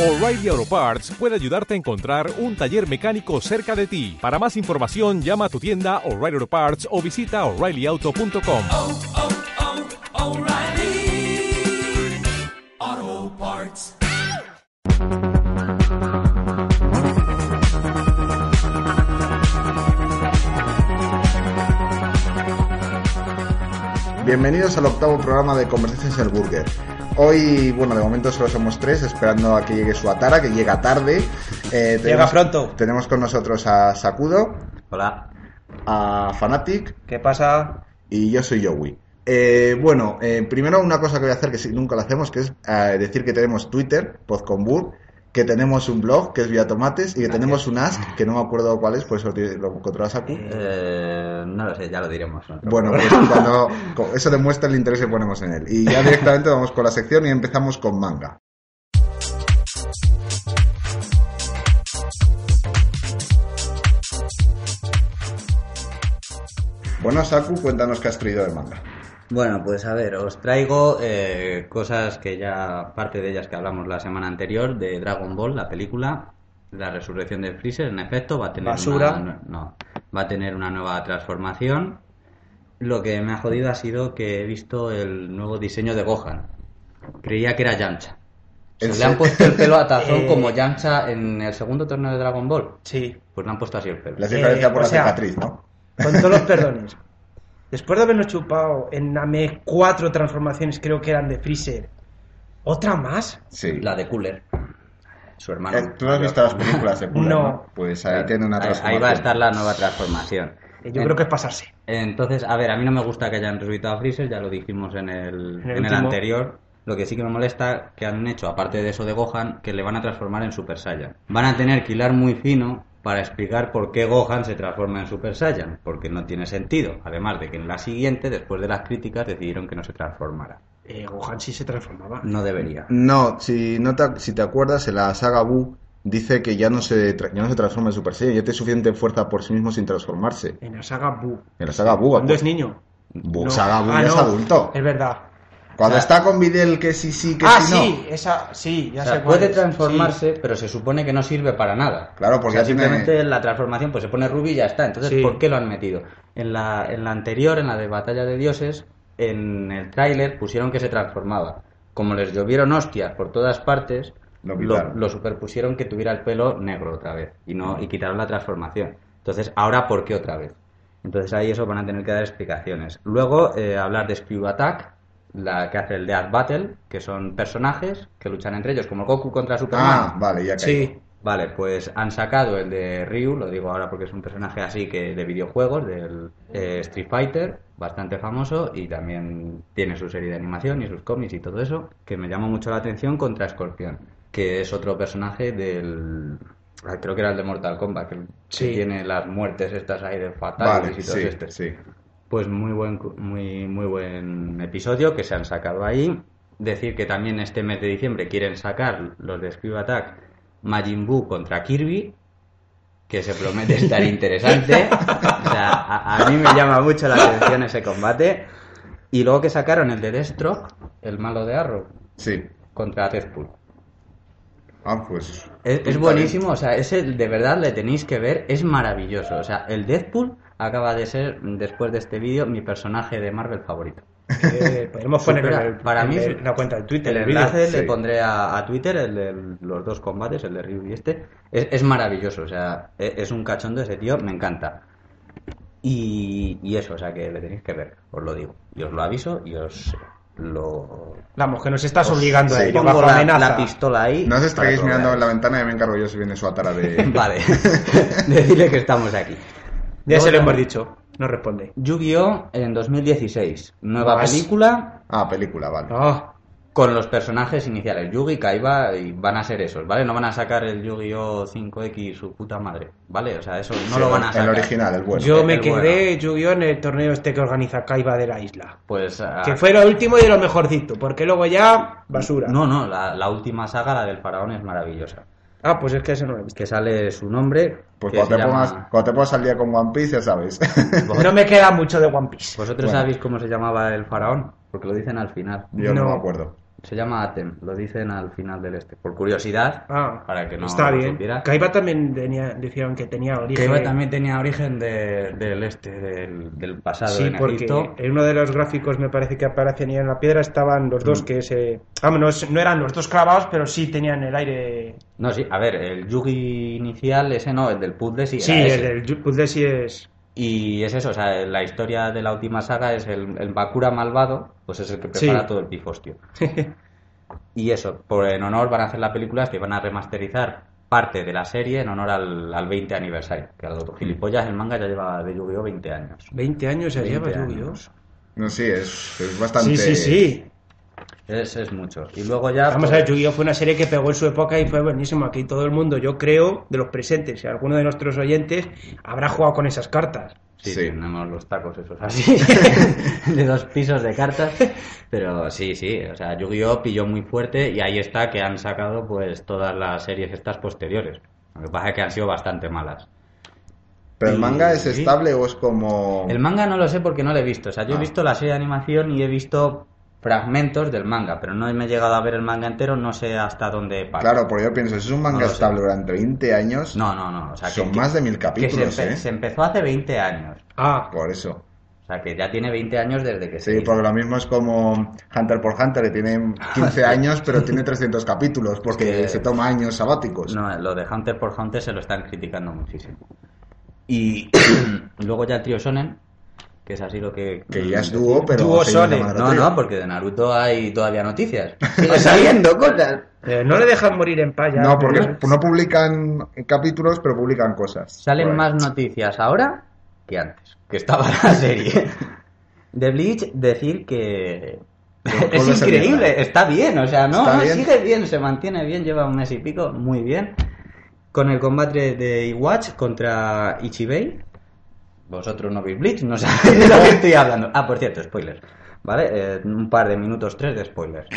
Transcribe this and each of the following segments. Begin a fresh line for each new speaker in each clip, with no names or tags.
O'Reilly Auto Parts puede ayudarte a encontrar un taller mecánico cerca de ti. Para más información, llama a tu tienda O'Reilly Auto Parts o visita oreillyauto.com.
Oh, O'Reilly Auto Parts.
Bienvenidos al octavo programa de Conversaciones el Burger. Hoy, bueno, de momento solo somos tres, esperando a que llegue su Atara, que llega tarde. Eh, tenemos-
pronto.
Tenemos con nosotros a Sakudo,
Hola.
a Fanatic
¿Qué pasa?
y yo soy Joey. Eh, bueno, eh, primero una cosa que voy a hacer que sí, nunca lo hacemos, que es eh, decir que tenemos Twitter, Podcombur, que tenemos un blog, que es Vía Tomates, y que tenemos un Ask, que no me acuerdo cuál es, por eso te- lo encontrarás Saku.
Eh, no lo sé, ya lo diremos. en otro
Bueno, pues cuando co- eso demuestra el interés que ponemos en él. Y ya directamente vamos con la sección y empezamos con manga. Bueno, Saku, cuéntanos qué has traído de manga.
Bueno, pues a ver, os traigo eh, cosas que ya, parte de ellas que hablamos la semana anterior, de Dragon Ball, la película, la resurrección de Freezer, en efecto, va a tener
Basura.
una, no, va a tener una nueva transformación. Lo que me ha jodido ha sido que he visto el nuevo diseño de Gohan. Creía que era Yamcha. Se
¿En
le han
serio?
puesto el pelo a tazón
Eh.
como Yamcha en el segundo torneo de Dragon Ball.
Sí,
Pues le han puesto así el pelo.
La diferencia
Eh,
por
o
la
sea-
cicatriz, ¿no?
con todos los perdones. Después de habernos chupado en Name cuatro transformaciones, creo que eran de Freezer. ¿Otra más?
Sí.
La de Cooler. Su hermano.
Eh, ¿Tú no has visto las películas de Pula?
No.
Pues ahí tiene una
Eh, Ahí-
transformación.
Ahí va a estar la nueva transformación.
Eh, Yo
En-
creo que es pasarse.
Entonces, a ver, a mí no me gusta que hayan resucitado a Freezer, ya lo dijimos en el,
En el
en el
último.
anterior. Lo que sí que me molesta que han hecho, aparte de eso de Gohan, que le van a transformar en Super Saiyan. Van a tener que hilar muy fino para explicar por qué Gohan se transforma en Super Saiyan, porque no tiene sentido. Además de que en la siguiente, después de las críticas, decidieron que no se transformara.
Eh, Gohan sí se transformaba.
No debería.
No, si, no te, si te acuerdas, en la saga Buu dice que ya no se, tra- ya no se transforma en Super Saiyan, ya tiene suficiente fuerza por sí mismo sin transformarse.
En la saga Buu.
En la saga Buu,
Cuando
pues,
es niño.
Bu-
No.
Saga Buu
Ah,
ya es
no.
adulto.
Es verdad.
Cuando
O sea-
está con Videl, que sí, sí, que
ah,
sí, no.
sí, esa, sí, ya
O sea,
sé cuál
puede
es.
transformarse, pero se supone que no sirve para nada.
Claro, porque
O sea,
ya tiene-
simplemente la transformación, pues se pone rubio y ya está. Entonces,
Sí.
¿por qué lo han metido? En la, en la anterior, en la de Batalla de Dioses, en el tráiler pusieron que se transformaba. Como les llovieron hostias por todas partes,
Lo
lo,
quitaron.
lo superpusieron que tuviera el pelo negro otra vez y no y quitaron la transformación. Entonces, ¿ahora por qué otra vez? Entonces ahí eso van a tener que dar explicaciones. Luego eh, hablar de Screw Attack, la que hace el Death Battle, que son personajes que luchan entre ellos, como Goku contra Superman.
Ah, vale, ya caí.
Sí.
Vale, pues han sacado el de Ryu, lo digo ahora porque es un personaje así que de videojuegos, del eh, Street Fighter, bastante famoso y también tiene su serie de animación y sus cómics y todo eso, que me llamó mucho la atención contra Scorpion, que es otro personaje del... ah, Creo que era el de Mortal Kombat, que, que
Sí.
tiene las muertes estas ahí de fatales
Vale,
y todo este
sí,
esto.
sí.
Pues muy buen, cu- muy, muy buen episodio que se han sacado ahí. Decir que también este mes de diciembre quieren sacar los de Scribe Attack Majin Buu contra Kirby, que se promete estar interesante. O sea, a, a mí me llama mucho la atención ese combate. Y luego que sacaron el de Deathstroke, el malo de Arrow,
Sí.
contra Deadpool.
Ah, pues.
Es,
pues
es buenísimo, o sea, ese de verdad le tenéis que ver, es maravilloso. O sea, el Deadpool acaba de ser, después de este vídeo, mi personaje de Marvel favorito.
Eh, podemos poner
Supera-
en el-
para
en
mí
el- la cuenta de Twitter.
El
el vídeo.
enlace le
sí.
pondré a, a Twitter, el de los dos combates, el de Ryu y este. Es, es maravilloso, o sea, e- es, un cachondo ese tío, me encanta. Y, y eso, o sea, que le tenéis que ver, os lo digo. Y os lo aviso y os lo...
Vamos, que nos estás obligando
Sí.
a ello.
Pues pongo
Bajo
la,
amenaza.
la pistola ahí.
No os
para
estáis
que lo
mirando en
veáis.
la ventana y me encargo yo si viene su Atara de.
Vale, decirle que estamos aquí.
Ya se lo hemos
Luego también-
dicho. No responde.
Yu-Gi-Oh! en 2016, nueva
Vas.
película
Ah, película, vale.
Ah,
con los personajes iniciales, Yugi, Kaiba, y van a ser esos, ¿vale? No van a sacar el Yu-Gi-Oh! 5X su puta madre, ¿vale? O sea, eso no
Sí,
lo van a sacar.
El original, el bueno.
yo me
el
quedé Yu-Gi-Oh! en el torneo este que organiza Kaiba de la isla.
Pues... ah,
Que fue lo último y de lo mejorcito, porque luego ya basura.
No, no, la, la última saga, la del faraón, es maravillosa.
Ah, pues es que eso no lo he visto.
Que sale su nombre...
Pues
que
cuando
se
te,
llama-
pongas, cuando te pongas al día con One Piece, ya sabes.
Vos-
No me queda mucho de One Piece.
¿Vosotros
Bueno.
sabéis cómo se llamaba el faraón? Porque lo dicen al final.
yo no,
No.
me acuerdo.
Se llama Atem, lo dicen al final del este. Por curiosidad,
Ah,
para que no
está
lo
bien.
supiera.
Kaiba también tenía, decían que tenía
que
origen.
Eva también tenía origen de- del este, del, del pasado
Sí,
en
porque
Egipto.
en uno de los gráficos me parece que aparecían ahí en la piedra estaban los
Mm.
dos que se... Ah, no, es- no eran los dos clavados, pero sí tenían el aire...
No, sí, a ver, el Yugi inicial, ese no, el del puzzle sí. era
Sí,
ese.
el del Ju- puzzle sí es...
Y es eso, o sea, la historia de la última saga es el, el Bakura malvado, pues es el que
Sí.
prepara todo el pifostio. y eso, por, en honor van a hacer la película que van a remasterizar parte de la serie en honor al, al 20 aniversario. Que a los gilipollas el manga ya lleva de Yu-Gi-Oh 20 años.
20 años se
20
lleva
años.
Yu-Gi-Oh.
No, sí, es, es bastante.
Sí, sí, sí.
Es, es mucho. Y luego ya...
Vamos a
pues,
ver, Yu-Gi-Oh fue una serie que pegó en su época y fue buenísimo. Aquí todo el mundo, yo creo, de los presentes y alguno de nuestros oyentes, habrá jugado con esas cartas.
Sí,
Sí.
tenemos los tacos esos así, de dos pisos de cartas. Pero sí, sí, o sea, Yu-Gi-Oh! pilló muy fuerte y ahí está que han sacado pues todas las series estas posteriores. Lo que pasa es que han sido bastante malas.
¿Pero el manga es
Sí.
estable o es como.?
El manga no lo sé porque no lo he visto. O sea, yo he
Ah.
visto la serie de animación y he visto fragmentos del manga, pero no me he llegado a ver el manga entero, no sé hasta dónde parte.
Claro, porque yo pienso, si es un manga
No lo sé.
estable durante 20 años,
No, no, no. O sea, que,
son
que-
más de mil
que se,
capítulos,
empe-
¿eh?
se empezó hace 20 años.
Ah,
Por eso.
O sea, que ya tiene 20 años desde que se
Sí,
hizo.
porque lo mismo es como Hunter por Hunter, que tiene 15 años, pero tiene 300 capítulos, porque
que-
se toma años sabáticos.
No, lo de Hunter por Hunter se lo están criticando muchísimo. Y luego ya el trío Sonen, que es así lo que...
Que ya es dúo, pero.
Dúo
se llama
Shonen.
Madara
No,
Trio.
no, porque de Naruto hay todavía noticias. Sigue saliendo cosas.
eh, no le dejan morir en paz ya.
No, porque no publican capítulos, pero publican cosas.
Salen
Por ahí.
más noticias ahora que antes, que estaba la serie. De Bleach, decir que...
Con-
Es
con los
increíble,
enmiendas.
está bien, o sea, no,
Está
no,
bien.
sigue bien, se mantiene bien, lleva un mes y pico, muy bien. Con el combate de Iwatch contra Ichibei. Vosotros no veis Bleach, no sabéis de lo que estoy hablando. Ah, por cierto, spoilers. ¿Vale? Eh, un par de minutos, tres de spoilers.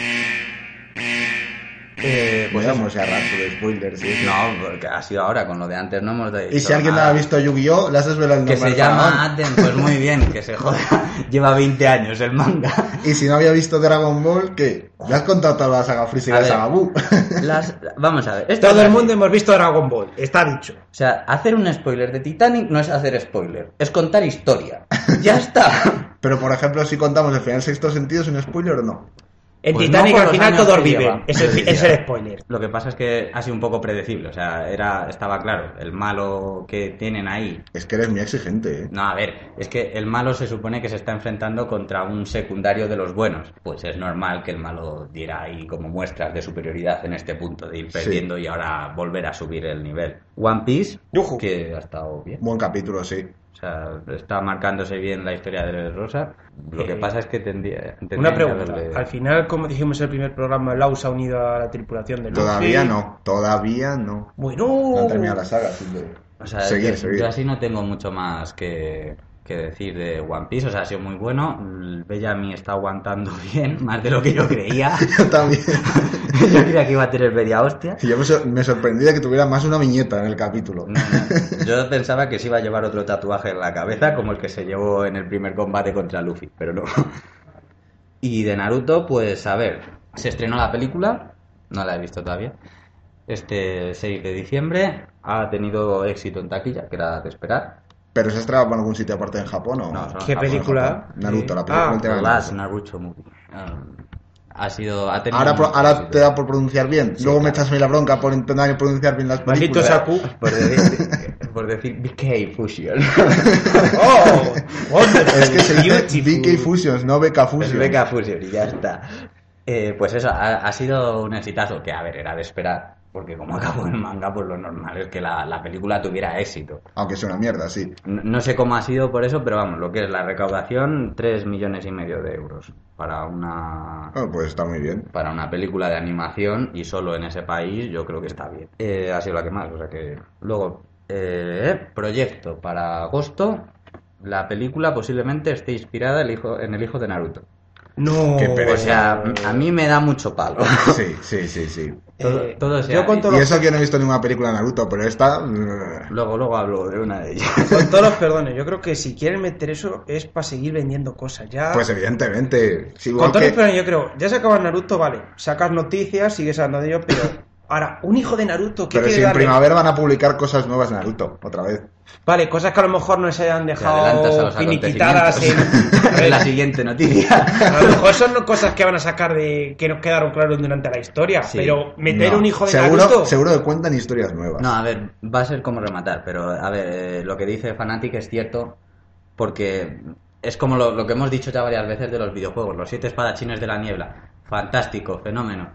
Eh,
Pues vamos ya raso de spoilers. sí, sí.
no, porque ha sido ahora, con lo de antes no hemos de
Y si alguien
nada.
ha visto Yu-Gi-Oh, las has velado el
Que
nombre
se
al
llama
faraón.
Aten, pues muy bien, que se joda. Lleva 20 años el manga.
Y si no había visto Dragon Ball, ¿qué? Ya has contado toda la saga Freezer y la
A ver.
saga Buu.
Las- Vamos a ver. esto
Todo
es
el
así.
mundo hemos visto Dragon Ball, está dicho.
O sea, hacer un spoiler de Titanic no es hacer spoiler, es contar historia. Ya está.
Pero por ejemplo, si contamos el final sexto sentido, ¿es un spoiler o no?
En
Pues
Titanic
no, por
al
los
final
años
todos
que
viven.
lleva.
Es el, es el spoiler.
Lo que pasa es que ha sido un poco predecible, o sea, era estaba claro, el malo que tienen ahí.
Es que eres muy exigente, ¿eh?
No, a ver, es que el malo se supone que se está enfrentando contra un secundario de los buenos. Pues es normal que el malo diera ahí como muestras de superioridad en este punto, de ir
Sí.
perdiendo y ahora volver a subir el nivel. One Piece,
Yujú.
que ha estado bien.
Buen capítulo, sí.
O sea, está marcándose bien la historia de Rosa. Lo que
Eh,
pasa es que tendría. tendría
Una
que
pregunta.
haberle-
Al final, como dijimos en el primer programa, Lau se ha unido a la tripulación del
Todavía no, todavía no.
Bueno,
No han terminado la saga, así que-
O sea,
seguir,
yo,
seguir.
yo así no tengo mucho más que, que decir de One Piece. O sea, ha sido muy bueno. El Bellamy está aguantando bien, más de lo que yo creía.
Yo también.
yo creía que iba a tener media hostia.
Y Yo me, sor- me sorprendí de que tuviera más una viñeta en el capítulo.
No, no. Yo pensaba que se iba a llevar otro tatuaje en la cabeza, como el que se llevó en el primer combate contra Luffy, pero no. Y de Naruto, pues a ver, se estrenó la película, no la he visto todavía, este 6 de diciembre, ha tenido éxito en taquilla, que era de esperar.
¿Pero se ha estrenado por algún sitio aparte en Japón o...?
No, pues solo-
¿Qué
Ah,
película?
Japón. Naruto, la
Ah,
película
The
tema de
Last
Naruto.
Naruto Movie. Um, ha sido, ha tenido
Ahora, pro-
mucho
ahora
éxito.
te da por pronunciar bien.
Sí,
Luego me
claro.
echas a mí la bronca por intentar pronunciar bien las
Maldito
películas.
Saku.
Por decir, por decir BK Fusion.
¡Oh! wonderful,
Es que se dice
beautiful.
BK Fusions, no BK Fusions.
Pues venga, Fusion y ya está. Eh, pues eso, ha, ha sido un exitazo que, a ver, era de esperar, porque como acabó el manga, pues lo normal es que la, la película tuviera éxito.
Aunque es una mierda, sí.
No, no sé cómo ha sido por eso, pero vamos, lo que es la recaudación, 3 millones y medio de euros para una,
Bueno, pues está muy bien.
para una película de animación y solo en ese país yo creo que está bien. Eh, ha sido la que más, o sea que... Luego, eh, proyecto para agosto, la película posiblemente esté inspirada el hijo- en el hijo de Naruto.
No.
Qué pereza.
O sea, a mí me da mucho palo.
Sí, sí, sí, sí.
Todo,
Eh,
todo se
yo
hace.
con todo-
Y eso que no he visto ninguna película de Naruto, pero esta... mm,
Luego, luego hablo de una de ellas.
Con todos los perdones, yo creo que si quieren meter eso es para seguir vendiendo cosas. Ya.
Pues evidentemente. Sí,
Con
igual
todos
que-
los perdones, yo creo, ya se acaba Naruto, vale. Sacas noticias, sigues hablando de ello, pero. Ahora, un hijo de Naruto, ¿qué
Pero
quiere
si en
darle?
primavera van a publicar cosas nuevas de Naruto, otra vez.
Vale, cosas que a lo mejor no se hayan
adelantas a
dejado
los
finiquitadas en.
acontecimientos. En la siguiente noticia.
A lo mejor son no cosas que van a sacar de que nos quedaron claros durante la historia,
Sí.
pero meter
No.
un hijo de
seguro,
Naruto.
Seguro que cuentan historias nuevas.
No, a ver, va a ser como rematar, pero a ver, eh, lo que dice Fanatic es cierto porque es como lo, lo que hemos dicho ya varias veces de los videojuegos, los siete espadachines de la niebla, fantástico, fenómeno.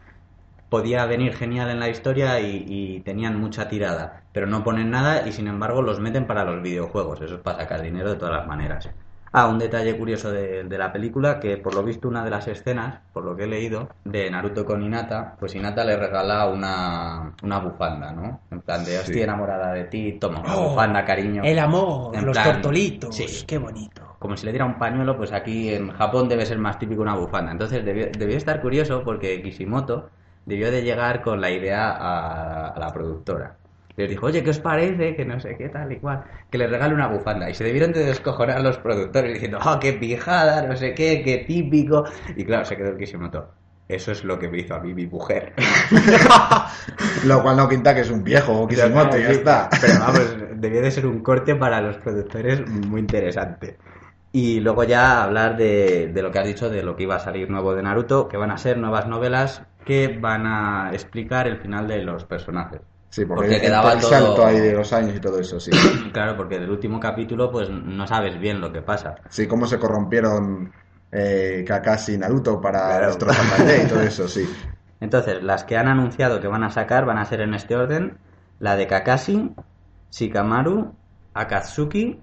Podía venir genial en la historia y, y tenían mucha tirada, pero no ponen nada y sin embargo los meten para los videojuegos, eso es para sacar dinero de todas las maneras. Ah, un detalle curioso de, de la película, que por lo visto una de las escenas, por lo que he leído, de Naruto con Hinata, pues Hinata le regala una, una bufanda, ¿no? En plan de,
Sí.
estoy enamorada de ti, toma una
Oh,
bufanda, cariño.
El amor,
En
los
plan,
tortolitos.
sí.
Qué bonito.
Como si le diera un pañuelo, pues aquí en Japón debe ser más típico una bufanda. Entonces debió, debió estar curioso porque Kishimoto debió de llegar con la idea a, a la productora. Les dijo, oye, ¿qué os parece? Que no sé qué tal y cual. Que les regale una bufanda. Y se debieron de descojonar los productores diciendo, ah, qué pijada, no sé qué, qué típico. Y claro, se quedó el Kishimoto. Eso es lo que me hizo a mí mi mujer.
Lo cual no pinta que es un viejo o Kishimoto, ya está.
Pero vamos, debió de ser un corte para los productores muy interesante. Y luego ya hablar de, de lo que has dicho, de lo que iba a salir nuevo de Naruto, que van a ser nuevas novelas que van a explicar el final de los personajes.
Sí, porque,
Porque
hay
quedaba
el
todo-
salto ahí de los años y todo eso, sí.
Y Claro, porque del último capítulo pues no sabes bien lo que pasa.
Sí, cómo se corrompieron eh, Kakashi y Naruto para
Claro.
destrozar la aldea y todo eso, sí.
Entonces, las que han anunciado que van a sacar van a ser en este orden la de Kakashi, Shikamaru, Akatsuki,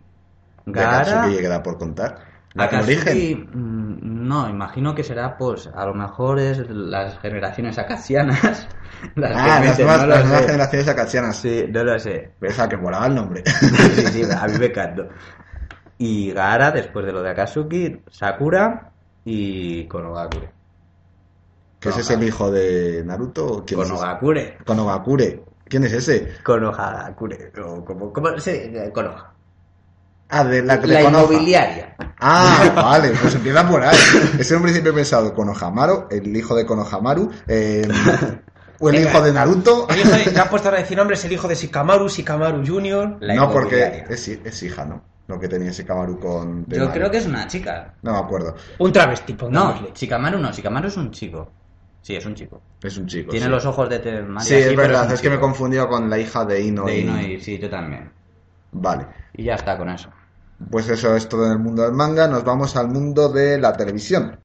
Gaara...
que queda por contar. La que
Akatsuki,
origen.
mm, no, imagino que será, pues, a lo mejor es las generaciones acasianas. Las
Ah, las
que meten,
nuevas,
no lo
las nuevas
sé.
generaciones acasianas. Sí.
Sí, no lo sé.
Esa que moraba el nombre.
Sí, sí, a mí me encantó. Y Gaara, después de lo de Akatsuki, Sakura y Konogakure.
¿Que ese es el hijo de Naruto? ¿o ¿Quién es ese?
Konogakure.
Konogakure. ¿Quién es ese?
Konogakure. O como, como, sí, eh, Konoha.
Ah, de la que
La
te conozco.
inmobiliaria.
Ah, vale, pues empieza por ahí. Ese hombre siempre he pensado, Konohamaru, el hijo de Konohamaru, eh, o el
Venga.
hijo de Naruto.
El hijo de, te has puesto ahora a decir nombres, el hijo de Shikamaru, Shikamaru Jr.
La
no, porque
inmobiliaria.
es, hi- es hija, ¿no? Lo que tenía ese Kamaru con...
Yo creo que es una chica.
No me acuerdo.
Un travesti,
No,
pongámosle.
Shikamaru no, Shikamaru es un chico. Sí, es un chico.
Es un chico.
Tiene
sí.
los ojos de Ted María,
Sí, es
pero
verdad,
un
es que me he
chico.
confundido con la hija de Ino.
De
y-
Inoue, sí, yo también.
Vale.
Y ya está con eso.
Pues eso es todo en el mundo del manga. Nos vamos al mundo de la televisión.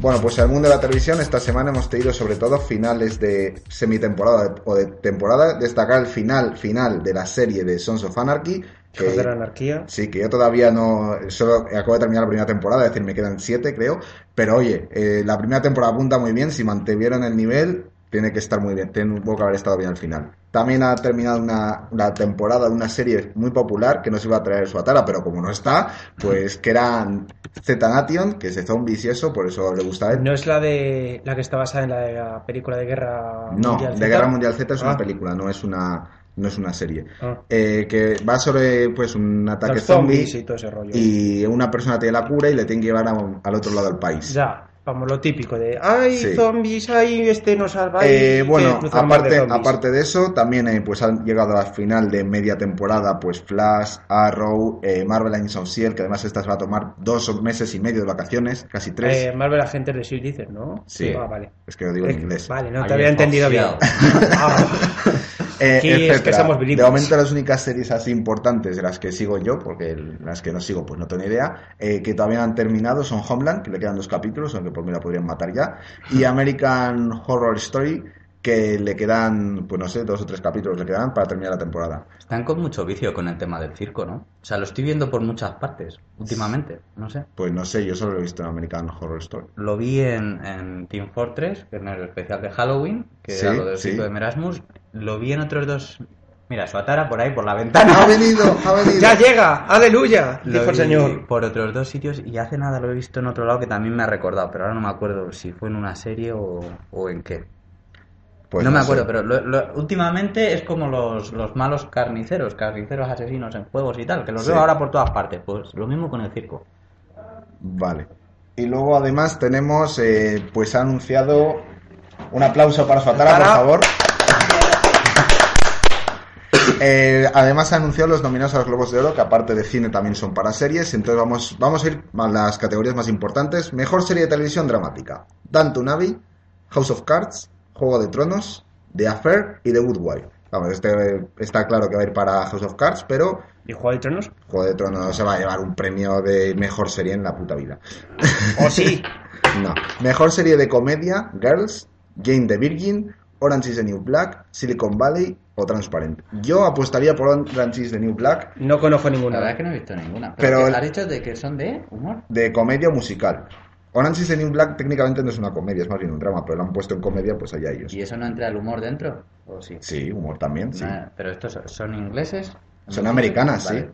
Bueno, pues en el mundo de la televisión esta semana hemos tenido sobre todo finales de semitemporada o de temporada. Destacar el final final de la serie de Sons of Anarchy.
Hijos de la
Que,
anarquía.
sí, que yo todavía no... Solo acabo de terminar la primera temporada, es decir, me quedan siete creo. Pero oye, eh, la primera temporada apunta muy bien. Si mantuvieron el nivel, tiene que estar muy bien. Tuvo que haber estado bien al final. También ha terminado una, la temporada de una serie muy popular que nos iba a traer su atara, pero como no está, pues que eran Z-Nation, que es de zombies y eso, por eso le gusta a él.
Eh, No es la de la que está basada en la película de guerra
No,
Mundial
de
Z?
Guerra Mundial Z es
Ah.
una película, no es una, no es una serie.
Ah.
Eh, que va sobre pues un ataque
Los
zombie
zombies y todo ese rollo.
y una persona tiene la cura y le tiene que llevar a- al otro lado del país. Eh,
Ya, vamos, lo típico de ¡Ay,
Sí.
zombies! ¡Ay, este nos salva! ay,
Eh,
que
bueno,
cruzan mar de
aparte,
zombies".
aparte de eso, también eh, pues han llegado a la final de media temporada, pues Flash, Arrow, eh, Marvel Agents of S.H.I.E.L.D., que además estas va a tomar dos meses y medio de vacaciones, casi tres.
Eh, Marvel Agentes de S.H.I.E.L.D. dices, ¿no?
Sí.
Ah, vale.
es que lo digo en inglés.
Vale, no te
Había
había entendido bien. Ah,
Eh,
Aquí es que
etcétera.
somos
de
bilingües.
momento las únicas series así importantes de las que sigo yo, porque el- las que no sigo pues no tengo ni idea, eh, que todavía no han terminado son Homeland, que le quedan dos capítulos, aunque por mí la podrían matar ya, y American Horror Story, que le quedan, pues no sé, dos o tres capítulos le quedan para terminar la temporada.
Están con mucho vicio con el tema del circo, ¿no? O sea, lo estoy viendo por muchas partes últimamente, no sé.
Pues no sé, yo solo lo he visto en American Horror Story.
Lo vi en, en Team Fortress, que es el especial de Halloween, que
Sí,
era lo del
sí.
circo de Merasmus. Lo vi en otros dos Mira, su atara por ahí, por la
¡Ha
ventana.
venido! ¡Ha venido!
¡Ya llega! ¡Aleluya!
Lo
Dijo el
vi
Señor.
Por otros dos sitios y hace nada lo he visto en otro lado que también me ha recordado, pero ahora no me acuerdo si fue en una serie o, o en qué.
Pues
no, me
sé.
acuerdo, pero lo- lo- últimamente es como los, los malos carniceros, carniceros asesinos en juegos y tal, que los
Sí.
veo ahora por todas partes. Pues lo mismo con el circo.
Vale. Y luego además tenemos, eh, pues ha anunciado un aplauso para Fatara, por
Fatara.
favor. Eh, además ha anunciado los nominados a los Globos de Oro, que aparte de cine también son para series. Entonces vamos, vamos a ir a las categorías más importantes. Mejor serie de televisión dramática. Dan to Navi, House of Cards, Juego de Tronos, The Affair y The Good Wife. Vamos, este está claro que va a ir para House of Cards, pero
¿Y Juego de Tronos?
Juego de Tronos se va a llevar un premio de mejor serie en la puta vida.
¡Oh, sí!
No. Mejor serie de comedia, Girls, Jane the Virgin, Orange is the New Black, Silicon Valley o Transparent. Yo apostaría por Orange is the New Black
No conozco ninguna.
que no he visto ninguna.
Pero el-
¿has dicho de que son de humor?
de comedia o musical. Orange is the New Black técnicamente no es una comedia, es más bien un drama, pero lo han puesto en comedia pues allá ellos.
eso no entra el humor dentro? ¿O sí?
Sí, humor también, sí.
Nah, pero estos son, son ingleses.
Son americanas, sí.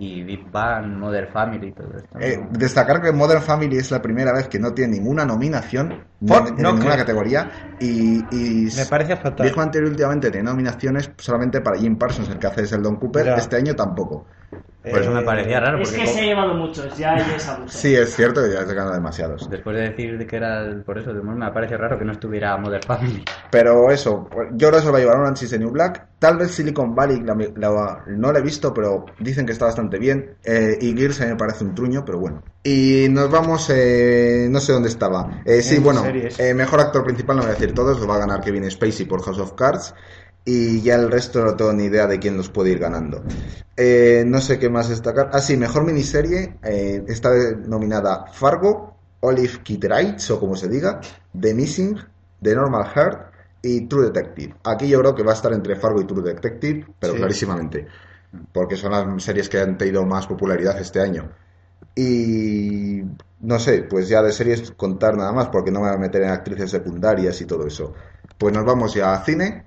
Y Big Bang, Mother Family y todo esto.
Eh,
¿no?
destacar que Modern Family es la primera vez que no tiene ninguna nominación ni
Fuck,
en, en
no
ninguna
creo.
categoría y, y
Me parece fatal.
Dijo anterior últimamente tenía nominaciones solamente para Jim Parsons, el que hace es el Don Cooper,
Ya.
este año tampoco.
Por
eh,
Eh,
eso me parecía raro,
Es
porque
que
co-
se ha llevado muchos, ya ahí es abuso.
Sí, es cierto que ya se ganado demasiados.
después de decir que era el- por eso de humor, me parece raro que no estuviera Mother Family.
Pero eso, yo creo que se lo va a llevar Orange is the New Black. Tal vez Silicon Valley la- la- no la he visto, pero dicen que está bastante bien. Eh, y Gears a mí me parece un truño, pero bueno. Y nos vamos, eh, no sé dónde estaba. Eh, sí,
En
bueno,
series.
eh, mejor actor principal, no voy a decir todos, lo va a ganar Kevin Spacey por House of Cards. Y ya el resto no tengo ni idea de quién los puede ir ganando. Eh, no sé qué más destacar. Ah, sí, mejor miniserie. eh, está nominada Fargo, Olive Kitteridge, o como se diga, The Missing, The Normal Heart y True Detective. Aquí yo creo que va a estar entre Fargo y True Detective, pero
Sí.
clarísimamente. Porque son las series que han tenido más popularidad este año. Y no sé, pues ya de series contar nada más, porque no me voy a meter en actrices secundarias y todo eso. Pues nos vamos ya a cine.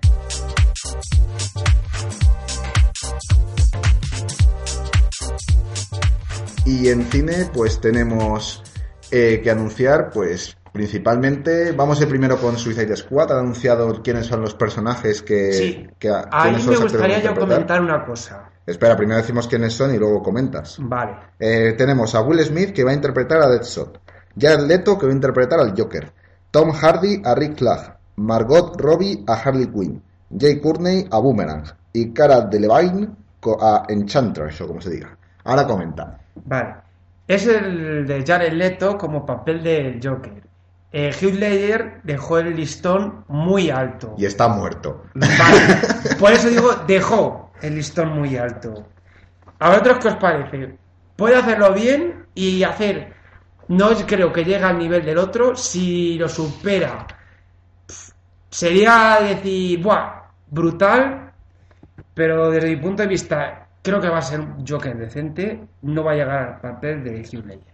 Y en cine, pues tenemos eh, que anunciar, pues principalmente, vamos a ir primero con Suicide Squad, han anunciado quiénes son los personajes que...
Sí.
que a-
Ahí
quiénes son
me
los actores que van a
gustaría yo
interpretar.
comentar una cosa.
Espera, primero decimos quiénes son y luego comentas.
Vale.
Eh, tenemos a Will Smith que va a interpretar a Deadshot, Jared Leto que va a interpretar al Joker, Tom Hardy a Rick Flag, Margot Robbie a Harley Quinn, Jay Courtney a Boomerang y Cara Delevingne co- a Enchantress o como se diga. Ahora comenta.
Vale. Es el de Jared Leto como papel del Joker. Eh, Hugh Ledger dejó el listón muy alto.
Y está muerto.
Vale. Por eso digo, dejó el listón muy alto. ¿A vosotros qué os parece? Puede hacerlo bien y hacer. No creo que llegue al nivel del otro. Si lo supera, pf, sería decir, ¡buah! Brutal. Pero desde mi punto de vista, creo que va a ser un Joker decente. No va a llegar al papel de Hugh Ledger.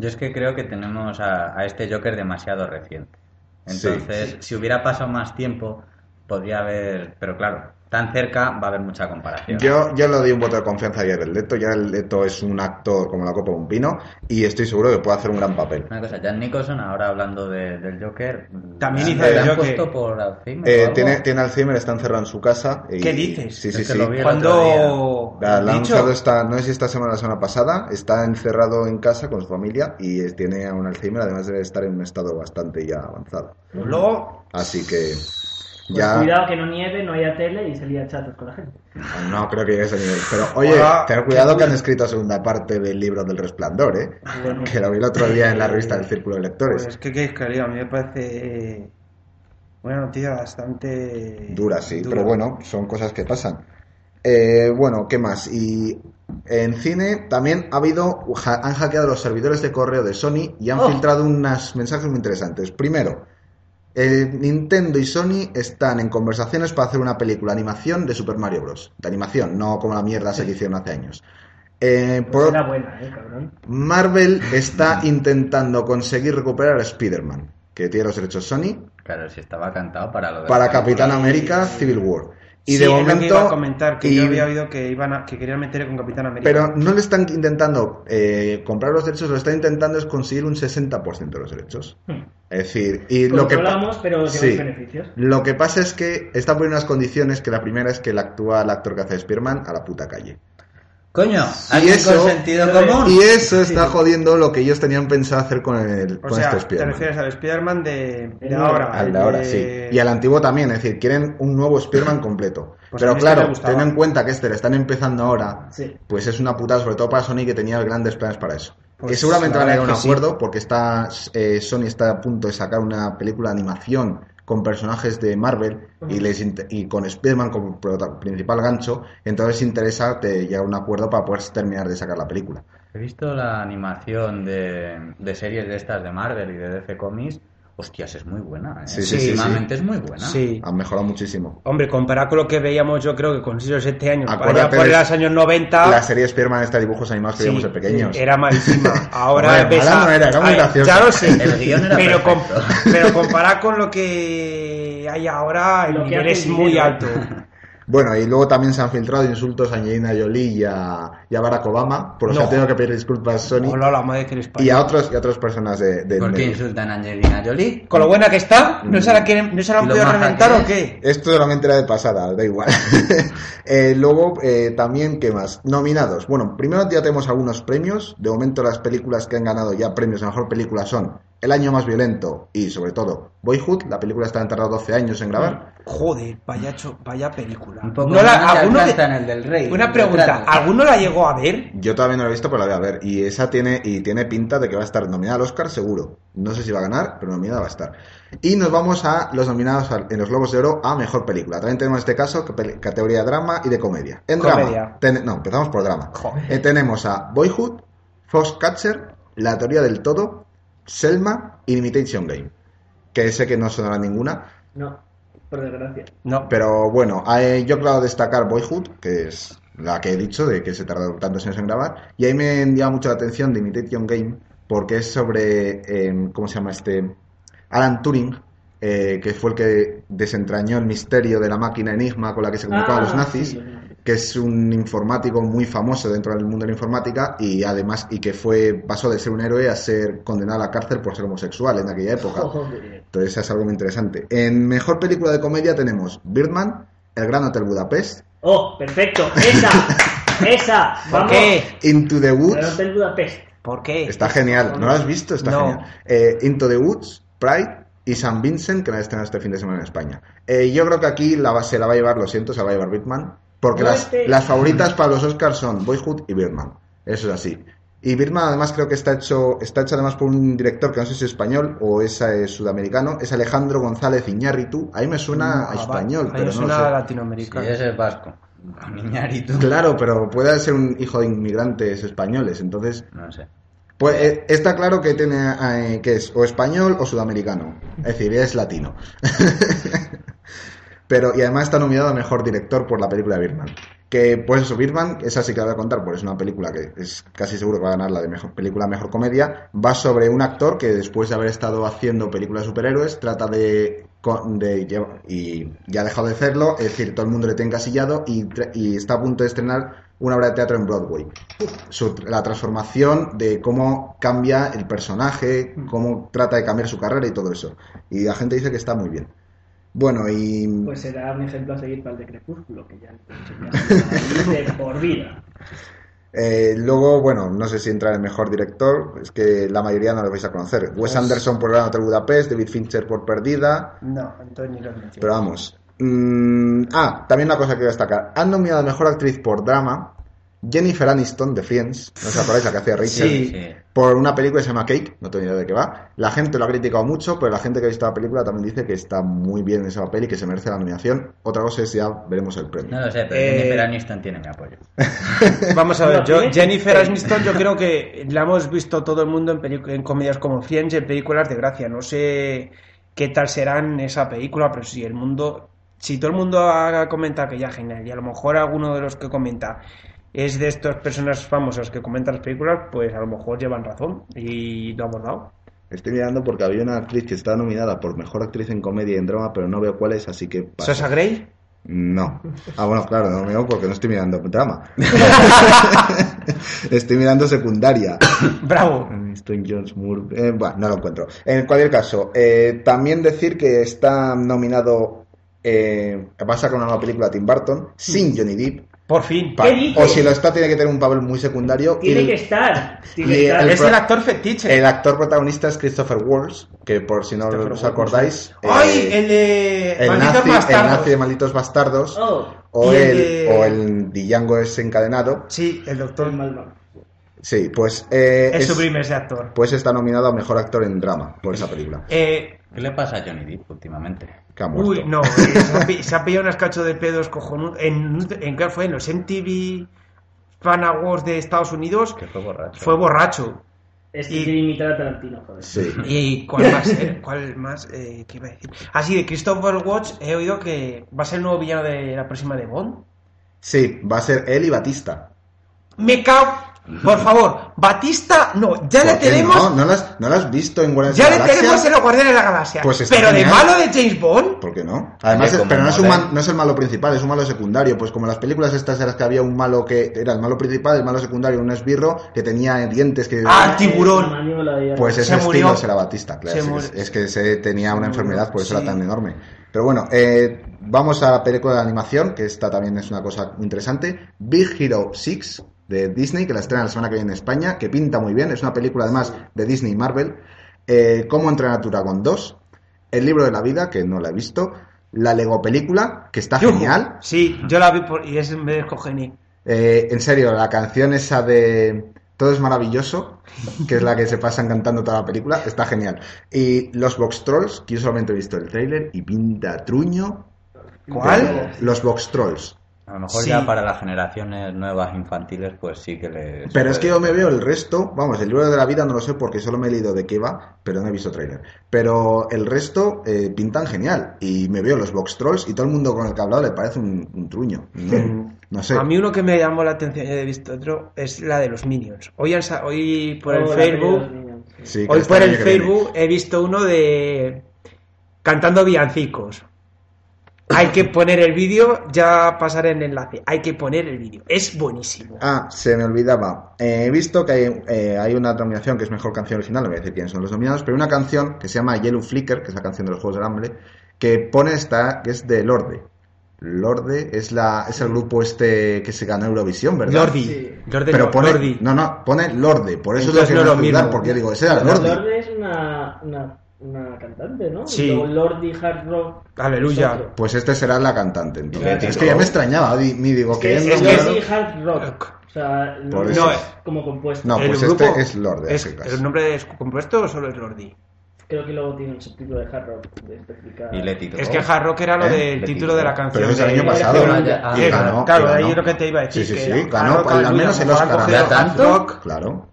Yo es que creo que tenemos a, a este Joker demasiado reciente.
Sí.
Entonces, si hubiera pasado más tiempo, podría haber. Pero claro, tan cerca va a haber mucha comparación.
Yo, yo le doy un voto de confianza a Jared Leto. Jared Leto es un actor como la copa de un pino y estoy seguro que puede hacer un gran papel.
Una cosa, Jan Nicholson, ahora hablando de- del Joker.
También
¿le
hizo de
han
Joker.
puesto por Alzheimer o
Eh,
algo?
tiene, tiene Alzheimer, está encerrado en su casa. y-
¿Qué dices?
Sí, sí,
Es que
sí.
lo vi el
Cuando.
La, la ha
dicho-
anunciado esta, no sé si esta semana o la semana pasada, está encerrado en casa con su familia y eh, tiene un Alzheimer, además de estar en un estado bastante ya avanzado.
Luego,
Así que
Pues
ya
cuidado que no nieve, no haya tele y se lía chatos con la gente.
no creo que llegue a ese nivel. Pero oye,
Hola,
ten
qué
cuidado que han
duro.
escrito la segunda parte del libro del resplandor, ¿eh?
Mm.
Bueno.
Que lo vi el otro día en la revista del Círculo de
Pues
Lectores.
que qué queréis, a mí me parece eh, una noticia bastante
Dura, sí, pero bueno, son cosas que pasan. Eh, bueno, ¿qué más? Y en cine también ha habido, ja- han hackeado los servidores de correo de Sony y han
Oh.
filtrado unos mensajes muy interesantes. Primero, eh, Nintendo y Sony están en conversaciones para hacer una película de animación de Super Mario Bros. De animación, no como la mierda se que hicieron hace años. Eh,
Pues
por-
era buena, eh, cabrón.
Marvel está intentando conseguir recuperar a Spider-Man, que tiene los derechos Sony,
Claro, si estaba cantado para lo de.
para Capitán América Civil War. Y
Sí,
de
es lo que
momento.
iba a comentar, que
y-
yo había oído que, iban a- que querían meter con Capitán América.
Pero no le están intentando eh, comprar los derechos, lo están intentando es conseguir un 60% de los derechos.
Hmm.
Es decir, y lo que,
Controlamos,
pa-
pero sin
sí.
los beneficios.
lo que pasa es que está poniendo unas condiciones que la primera es que el actual actor que hace de Spearman a la puta calle.
Coño,
Y
alguien
eso-
con sentido común.
Y eso está jodiendo lo que ellos tenían pensado hacer con, el,
o
con
sea,
este
te
Spearman.
refieres al Spider-Man de, de
El
ahora.
Al
el
de ahora, sí.
de-
Y al antiguo también, es decir, quieren un nuevo Spearman completo.
Pues a
Pero
mí este me
claro,
gustaba.
ten en cuenta que este le están empezando ahora,
Sí.
pues es una putada, sobre todo para Sony que tenía grandes planes para eso.
Pues
que seguramente
la
van a llegar a
verdad
un
es que
acuerdo, porque está eh, Sony está a punto de sacar una película de animación con personajes de Marvel y, les inter- y con Spider-Man como prota- principal gancho, entonces interesa te llega a un acuerdo para poder terminar de sacar la película.
He visto la animación de, de series de estas de Marvel y de DC Comics. Hostias, es muy buena. ¿eh?
Sí, sí, sí,
Últimamente es muy buena.
Sí.
Han mejorado muchísimo.
Hombre, comparado con lo que veíamos, yo creo que con 6 o 7 años,
Acuérdate
allá por
de-
los años 90.
La serie de Spider-Man está dibujos animados que
Ah. sí,
vimos de pequeños.
Era malísima. Ahora
Hombre,
ves
mala
a-
no era, era muy
Ay,
graciosa.
Ya lo sé.
El guión era
pero, com-
perfecto.
pero comparado con lo que hay ahora, el
Lo que
nivel
hace
es
el
muy
dinero.
alto.
Bueno, y luego también se han filtrado insultos a Angelina Jolie y a, y a Barack Obama, por los
No.
que ha tenido que pedir disculpas Sony,
Hola, la madre que eres
y
padre.
a otros y a otras personas de, de
¿Por qué
medio.
insultan a Angelina Jolie?
Con lo buena que está, ¿no se la, quieren, no se la han
Y Mm. lo
podido
maja
reventar
que
o qué?
Esto solamente era de pasada, da igual. Eh, luego, eh, también, ¿qué más? Nominados. Bueno, primero ya tenemos algunos premios. De momento, las películas que han ganado ya premios a mejor película son El año más violento y, sobre todo, Boyhood. La película está tardado 12 años en grabar.
Joder, vaya, cho- vaya película.
Un poco
No la-
más
¿alguno le-
alcanza en el del rey.
Una pregunta,
Retrato.
¿alguno la llegó a ver?
Yo todavía no la he visto, pero la voy a ver. Y esa tiene, y tiene pinta de que va a estar nominada al Oscar, seguro. No sé si va a ganar, pero nominada va a estar. Y nos vamos a los nominados al- en los Globos de Oro a Mejor Película. También tenemos en este caso que pele- categoría drama y de comedia. En
Comedia.
drama, ten- no, empezamos por drama. Eh, tenemos a Boyhood, Foxcatcher, La Teoría del Todo, Selma y Imitation Game. Que sé que no sonará ninguna,
No, por desgracia.
No,
pero bueno, eh, yo claro destacar Boyhood, que es la que he dicho, de que se tardó tantos años en grabar. Y ahí me llama mucho la atención The Imitation Game, porque es sobre, eh, ¿cómo se llama este? Alan Turing, eh, que fue el que desentrañó el misterio de la máquina enigma con la que se comunicaban
Ah,
los nazis,
sí, los nazis.
que es un informático muy famoso dentro del mundo de la informática y además, y que fue, pasó de ser un héroe a ser condenado a la cárcel por ser homosexual en aquella época.
Joder.
Entonces es algo muy interesante. En mejor película de comedia tenemos Birdman, El Gran Hotel Budapest,
Oh, perfecto. Esa, esa.
¿por
Vamos.
qué?
Into the
El
Woods.
Hotel Budapest.
¿Por qué?
Está genial, ¿no lo has visto? Está
No.
genial. Eh, Into the Woods, Pride y San Vincent, que la estrenado este fin de semana en España. Eh, yo creo que aquí la va- se la va a llevar, lo siento, se la va a llevar Birdman, porque
No,
las,
este-
las favoritas para los Oscars son Boyhood y Birdman. Eso es así. Y Birdman además creo que está hecho, está hecho además por un director que no sé si es español o es eh, sudamericano, es Alejandro González Iñárritu. Ahí me suena a
Ah, va.
español,
A mí
pero
me
no lo
suena
sé.
Sí,
latinoamericano.
ese es vasco. Con Iñárritu.
Claro, pero puede ser un hijo de inmigrantes españoles, entonces
No sé.
pues eh, está claro que tiene eh, que es o español o sudamericano, es decir, es latino. Pero y además está nominado a mejor director por la película Birman. Que pues eso, Birman, esa sí que la voy a contar, porque es una película que es casi seguro que va a ganar la de mejor película mejor comedia. Va sobre un actor que después de haber estado haciendo películas de superhéroes trata de, co- de llev- y ya ha dejado de hacerlo, es decir, todo el mundo le tiene encasillado y, tra- y está a punto de estrenar una obra de teatro en Broadway su- la transformación de cómo cambia el personaje, cómo trata de cambiar su carrera y todo eso. Y la gente dice que está muy bien. Bueno, y
Pues será un ejemplo a seguir para el de Crepúsculo, que ya de por vida.
eh, luego, bueno, no sé si entra el mejor director, es que la mayoría no lo vais a conocer.
Pues-
Wes Anderson por Gran Hotel Budapest, David Fincher por Perdida,
No, entonces ni lo menciono.
pero vamos. Mm, ah, también una cosa que voy a destacar. Han nominado a Mejor Actriz por Drama Jennifer Aniston de Friends, ¿no os acordáis la que hacía Rachel?
Sí, sí.
por una película que se llama Cake, no tengo ni idea de qué va. La gente lo ha criticado mucho, pero la gente que ha visto la película también dice que está muy bien esa peli, que se merece la nominación. Otra cosa es ya veremos el premio.
No lo sé, pero
Eh,
Jennifer Aniston tiene mi apoyo.
Vamos a ver,
No,
yo,
tiene-
Jennifer Aniston yo creo que la hemos visto todo el mundo en, pelic- en comedias como Friends, en películas de gracia. No sé qué tal será en esa película, pero si el mundo, si todo el mundo ha comentado que ya genial, y a lo mejor alguno de los que comenta es de estas personas famosas que comentan las películas, pues a lo mejor llevan razón y lo hemos dado.
Estoy mirando porque había una actriz que estaba nominada por mejor actriz en comedia y en drama, pero no veo cuál es, así que paso.
¿Sasha Grey?
No. Ah, bueno, claro, no miro porque no estoy mirando drama. estoy mirando secundaria.
Bravo.
Estoy Jones Moore. eh, bueno, no lo encuentro. En cualquier caso, eh, también decir que está nominado. Eh, va a sacar una nueva película Tim Burton sin Johnny Depp.
Por fin.
Pa-
¿Qué dices?
O si lo está, tiene que tener un papel muy secundario.
Tiene
y
que estar. Tiene
y
que estar. Este
el
es
pro-
el actor fetiche.
el actor protagonista es Christopher Waltz, que por si no
Christopher
os
Walken,
acordáis.
¡Ay!
eh,
El de.
el
Malditos
nazi, el
bastardos.
nazi de Malditos Bastardos.
Oh,
O
Y el
el,
de-
o el Django desencadenado.
Sí, el doctor.
el malvado.
Sí, pues, eh,
es
es-
su primer ese actor.
pues está nominado a mejor actor en drama por esa película.
Eh,
¿Qué le pasa a Johnny Depp últimamente?
Que ha
uy,
muerto.
no. eh, se, ha, pi- se ha pillado unas cachos de pedos cojonudos. ¿En, en qué fue? En los MTV Fan Awards de Estados Unidos.
Que fue borracho.
Fue borracho.
Es este que
Y-
quiere imitar a Tarantino, joder.
Sí.
¿Y cuál más? eh? ¿Cuál más? eh, ¿Qué iba a decir? Ah, sí, de Christopher Watch he oído que va a ser el nuevo villano de la próxima de Bond.
Sí, va a ser él y Batista.
Me cago. Por favor, Batista, no, ya le
¿Por qué
tenemos.
No, no lo has, no lo has visto en Guardianes
Ya
de
le
la Galaxia?
tenemos en los Guardianes de la Galaxia.
Pues está
pero de
genial. Pues
malo de James Bond.
¿Por qué no? Además,
Oye,
es-
como
pero no es, un
modelo.
man- no es el malo principal, es un malo secundario. Pues como en las películas estas en las que había un malo que era el malo principal, el malo secundario, un esbirro que tenía dientes que...
Ah, tiburón.
La mandíbula de hierro.
Pues
Se
ese
murió.
estilo será Batista, claro.
Se
es-
murió.
es que se tenía una enfermedad, por eso
Sí.
era tan enorme. Pero bueno, eh, vamos a la película de animación, que esta también es una cosa interesante. Big Hero 6 de Disney, que la estrena la semana que viene en España, que pinta muy bien. Es una película además de Disney y Marvel. Eh, Cómo entrenar a tu dragón 2. El libro de la vida, que no la he visto. La Lego película, que está
Yujú.
genial.
Sí, yo la vi por, y es en vez de Cogeni.
Eh, en serio, la canción esa de Todo es maravilloso, que es la que se pasan cantando toda la película, está genial. Y los Box Trolls, que yo solamente he visto el tráiler y pinta truño.
¿Cuál?
Los Box Trolls.
A lo mejor
Sí.
ya para las generaciones nuevas infantiles, pues sí que les.
Pero es que yo me veo el resto, vamos, el libro de la vida no lo sé porque solo me he leído de qué va, pero no he visto tráiler. Pero el resto eh, pintan genial y me veo los Box Trolls y todo el mundo con el que he hablado le parece un, un truño. No, no sé.
A mí uno que me llamó la atención y he visto otro es la de los Minions. Hoy, han sa- hoy por
Oh,
el
la
Facebook,
peli de los niños.
Sí, que
hoy
está
por
bien
el
que viene.
Facebook he visto uno de cantando villancicos. Hay que poner el vídeo, ya pasaré el enlace. Hay que poner el vídeo. Es buenísimo.
Ah, se me olvidaba. Eh, He visto que hay, eh, hay una nominación que es mejor canción original, no voy a decir quiénes son los nominados, pero hay una canción que se llama Yellow Flicker, que es la canción de los Juegos del Hambre, que pone esta, que es de Lorde. Lorde es, la, es el grupo este que se ganó Eurovisión, ¿verdad?
Lordi.
Sí.
Lordi,
Pero
no,
pone,
Lordi.
No, no, pone Lorde, por eso
Entonces
es
no
lo que me
es lo
hace dudar,
mismo.
porque digo, ese era
Lorde.
Lorde.
es una, una, una cantante, ¿no?
Sí.
Y luego Lordi Hard Rock.
Aleluya.
es otro.
Pues este será la cantante, entonces.
Claro.
Es que ya me extrañaba, di- ni digo
Es que es,
queriendo
es
mirar-
Lordi Hard Rock. O sea, no,
Por
es
eso.
como compuesto.
No,
El
pues
grupo
este es Lorde.
es-
así que-
¿El nombre es compuesto o solo es Lordi?
Creo que luego tiene un subtítulo de Hard Rock. De especificar.
Y Oh, Leti
Es que Hard Rock era lo
¿Eh?
del
Le
título
tituló.
de la canción.
Pero eso es
de-
el año
de-
pasado.
Ah,
Sí,
Y
claro,
ganó,
claro,
y ganó.
ahí es lo que te iba a decir.
Sí, sí,
que
sí,
Hard
ganó
Rock,
al
Aleluya,
menos el
como han
Oscar.
cogido
¿Ya
Hard
tanto?
Rock.
Claro.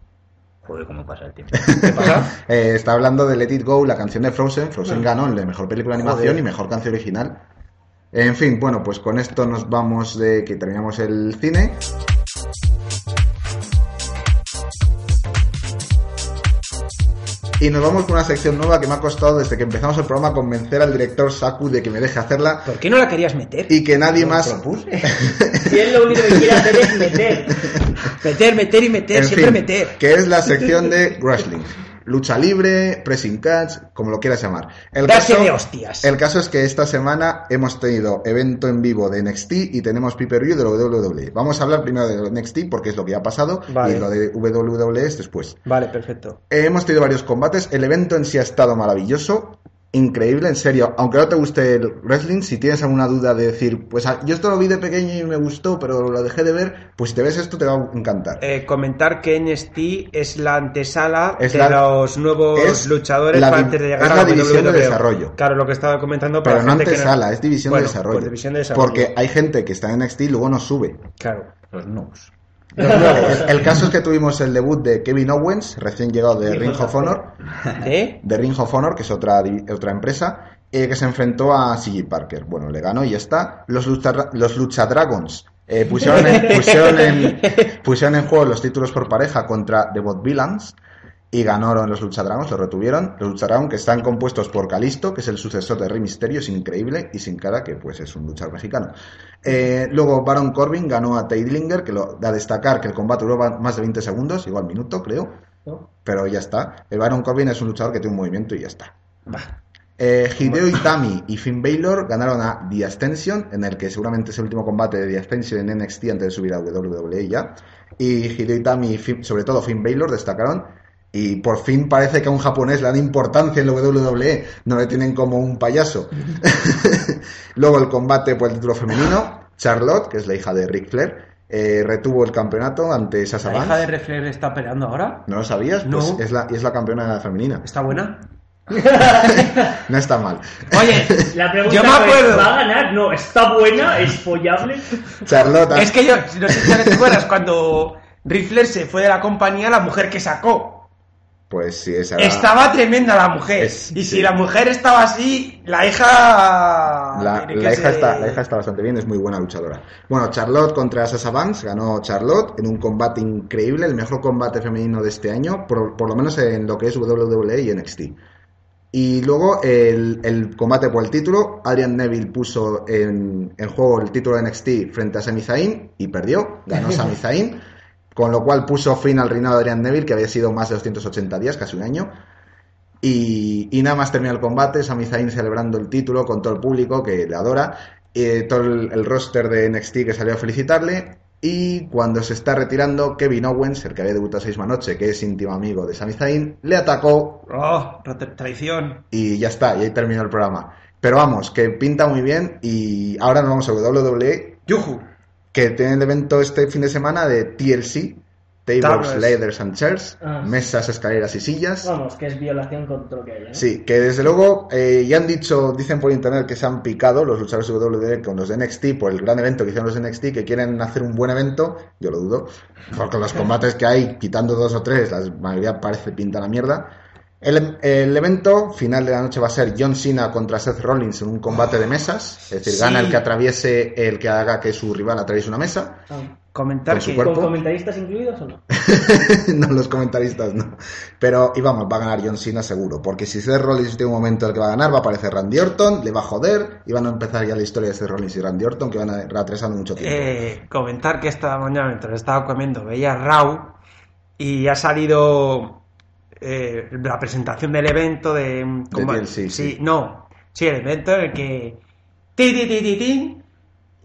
Joder, cómo pasa el tiempo.
¿Qué pasa?
Eh, está hablando de Let It Go, la canción de Frozen. Frozen ganó en la mejor película de animación
Joder.
y mejor canción original. En fin, bueno, pues con esto nos vamos de que terminamos el cine. Y nos vamos con una sección nueva que me ha costado desde que empezamos el programa convencer al director Saku de que me deje hacerla
¿Por qué no la querías meter?
y que nadie más
Si él lo único que quiere hacer es meter.
Meter, meter y meter,
En
siempre
fin,
meter.
Que es la sección de wrestling. Lucha libre, pressing catch, como lo quieras llamar. El
Darse de hostias.
el caso es que esta semana hemos tenido evento en vivo de NXT y tenemos pay-per-view de WWE. Vamos a hablar primero de NXT porque es lo que ya ha pasado
Vale.
y lo de WWE es después.
Vale, perfecto.
Eh, hemos tenido varios combates. El evento en sí ha estado maravilloso. Increíble, en serio. Aunque no te guste el wrestling, si tienes alguna duda de decir, pues ah, yo esto lo vi de pequeño y me gustó, pero lo dejé de ver, pues si te ves esto te va a encantar.
Eh, comentar que NXT es la antesala
Es
de
la-
los nuevos
es
luchadores
la
para
di-
antes de
es
llegar a
la
WWE.
división de desarrollo.
E. Claro, lo que estaba comentando para
Pero no
gente que
antes sala, es división
Bueno,
de desarrollo.
pues división de desarrollo.
Porque hay gente que está en NXT y luego no sube.
Claro.
Los noobs.
El, el caso es que tuvimos el debut de Kevin Owens, recién llegado de
Hijo
Ring
de
of Honor,
¿Eh?
de Ring of Honor, que es otra, di- otra empresa, eh, que se enfrentó a CG Parker. Bueno, le ganó y ya está. Los, lucha, los Lucha Dragons eh, pusieron, en, pusieron, en, pusieron en juego los títulos por pareja contra The Bot Villains. y ganaron los Luchadragons, lo retuvieron. Los Luchadragons que están compuestos por Calisto, que es el sucesor de Rey Misterio, es increíble, y Sin Cara, que pues es un luchador mexicano. Eh, luego Baron Corbin ganó a Teidlinger, que lo, da destacar que el combate duró va- más de 20 segundos, igual minuto creo,
¿no?
pero ya está. El Baron Corbin es un luchador que tiene un movimiento y ya está. Eh, Hideo Itami y Finn Baylor ganaron a The Ascension, en el que seguramente es el último combate de The Ascension en NXT antes de subir a WWE ya. Y Hideo Itami y Finn- sobre todo Finn Baylor destacaron. Y por fin parece que a un japonés le dan importancia en la WWE, no le tienen como un payaso. Luego el combate por el título femenino, Charlotte, que es la hija de Ric Flair, eh, retuvo el campeonato ante Sasha
¿La
Banks.
hija de Refler está peleando ahora?
¿No lo sabías?
No.
Pues es la, es la campeona femenina.
¿Está buena?
No está mal.
Oye,
La pregunta
yo me
es,
acuerdo.
¿va a ganar? No, ¿está buena? ¿Es follable?
Charlotte.
Es que yo, no sé si te acuerdas, cuando Rifler se fue de la compañía, la mujer que sacó.
Pues sí, esa era-
Estaba tremenda la mujer.
Es-
y
sí.
si la mujer estaba así, la hija.
La,
que
la
se-
hija está, la hija está bastante bien, es muy buena luchadora. Bueno, Charlotte contra Sasha Banks, ganó Charlotte en un combate increíble, el mejor combate femenino de este año, por, por lo menos en lo que es WWE y NXT. Y luego el, el combate por el título, Adrian Neville puso en, en juego el título de NXT frente a Sami Zayn y perdió, ganó Sami Zayn, con lo cual puso fin al reinado de Adrian Neville, que había sido más de 280 días, casi un año. Y, y nada más termina el combate, Sami Zayn celebrando el título con todo el público que le adora, eh, todo el, el roster de NXT que salió a felicitarle. Y cuando se está retirando, Kevin Owens, el que había debutado esa misma noche, que es íntimo amigo de Sami Zayn, le atacó
Oh, tra- traición.
y ya está, y ahí terminó el programa. Pero vamos, que pinta muy bien y ahora nos vamos a WWE,
Yuhu.
que tiene el evento este fin de semana de TLC, Tables,
Tables.
Ladders and Chairs,
Ah.
mesas, escaleras y sillas.
Vamos, que es violación con todo lo que hay, ¿eh?
Sí, que desde luego eh, ya han dicho, dicen por internet que se han picado los luchadores de WWE con los de NXT por el gran evento que hicieron los de NXT, que quieren hacer un buen evento, yo lo dudo, porque los combates que hay, quitando dos o tres, la mayoría parece pinta la mierda. El, el evento final de la noche va a ser John Cena contra Seth Rollins en un combate de mesas, es decir,
Sí.
gana el que atraviese, el que haga que su rival atraviese una mesa.
Ah,
Comentar
Por
que.
supuesto.
¿Con
¿Cuerpo?
comentaristas incluidos o no?
no los comentaristas, no. Pero, y vamos, va a ganar John Cena seguro, porque si Seth Rollins tiene un momento en el que va a ganar, va a aparecer Randy Orton, le va a joder, y van a empezar ya la historia de Seth Rollins y Randy Orton, que van a ir atrasando mucho tiempo.
eh, comentar que esta mañana mientras estaba comiendo veía Raw y ha salido eh, la presentación del evento de, un combate.
TLC, sí.
no, sí, el evento en el que ti, ti, ti, ti, ti,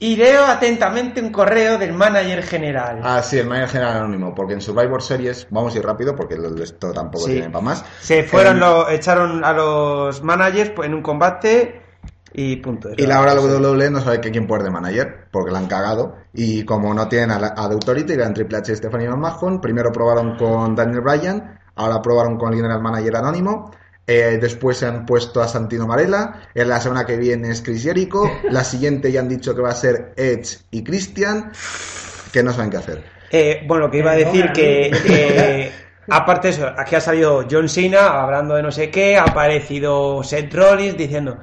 y leo atentamente un correo del manager general.
Ah, sí, el manager general anónimo, porque en Survivor Series, vamos a ir rápido, porque lo- esto tampoco
Sí.
tiene para más.
Se fueron,
Eh,
lo, echaron a los managers en un combate y punto.
Y la hora la WWE no sabe que quién puede de manager, porque la han cagado. Y como no tienen a, la, a The Authority, que eran Triple H y Stephanie McMahon, primero probaron con Daniel Bryan, ahora probaron con el General Manager Anónimo. eh, después se han puesto a Santino Marella. En la semana que viene es Chris Jericho. La siguiente ya han dicho que va a ser Edge y Christian. Que no saben qué hacer.
Eh, bueno, que iba a decir que, eh, aparte de eso, aquí ha salido John Cena hablando de no sé qué, ha aparecido Seth Rollins diciendo,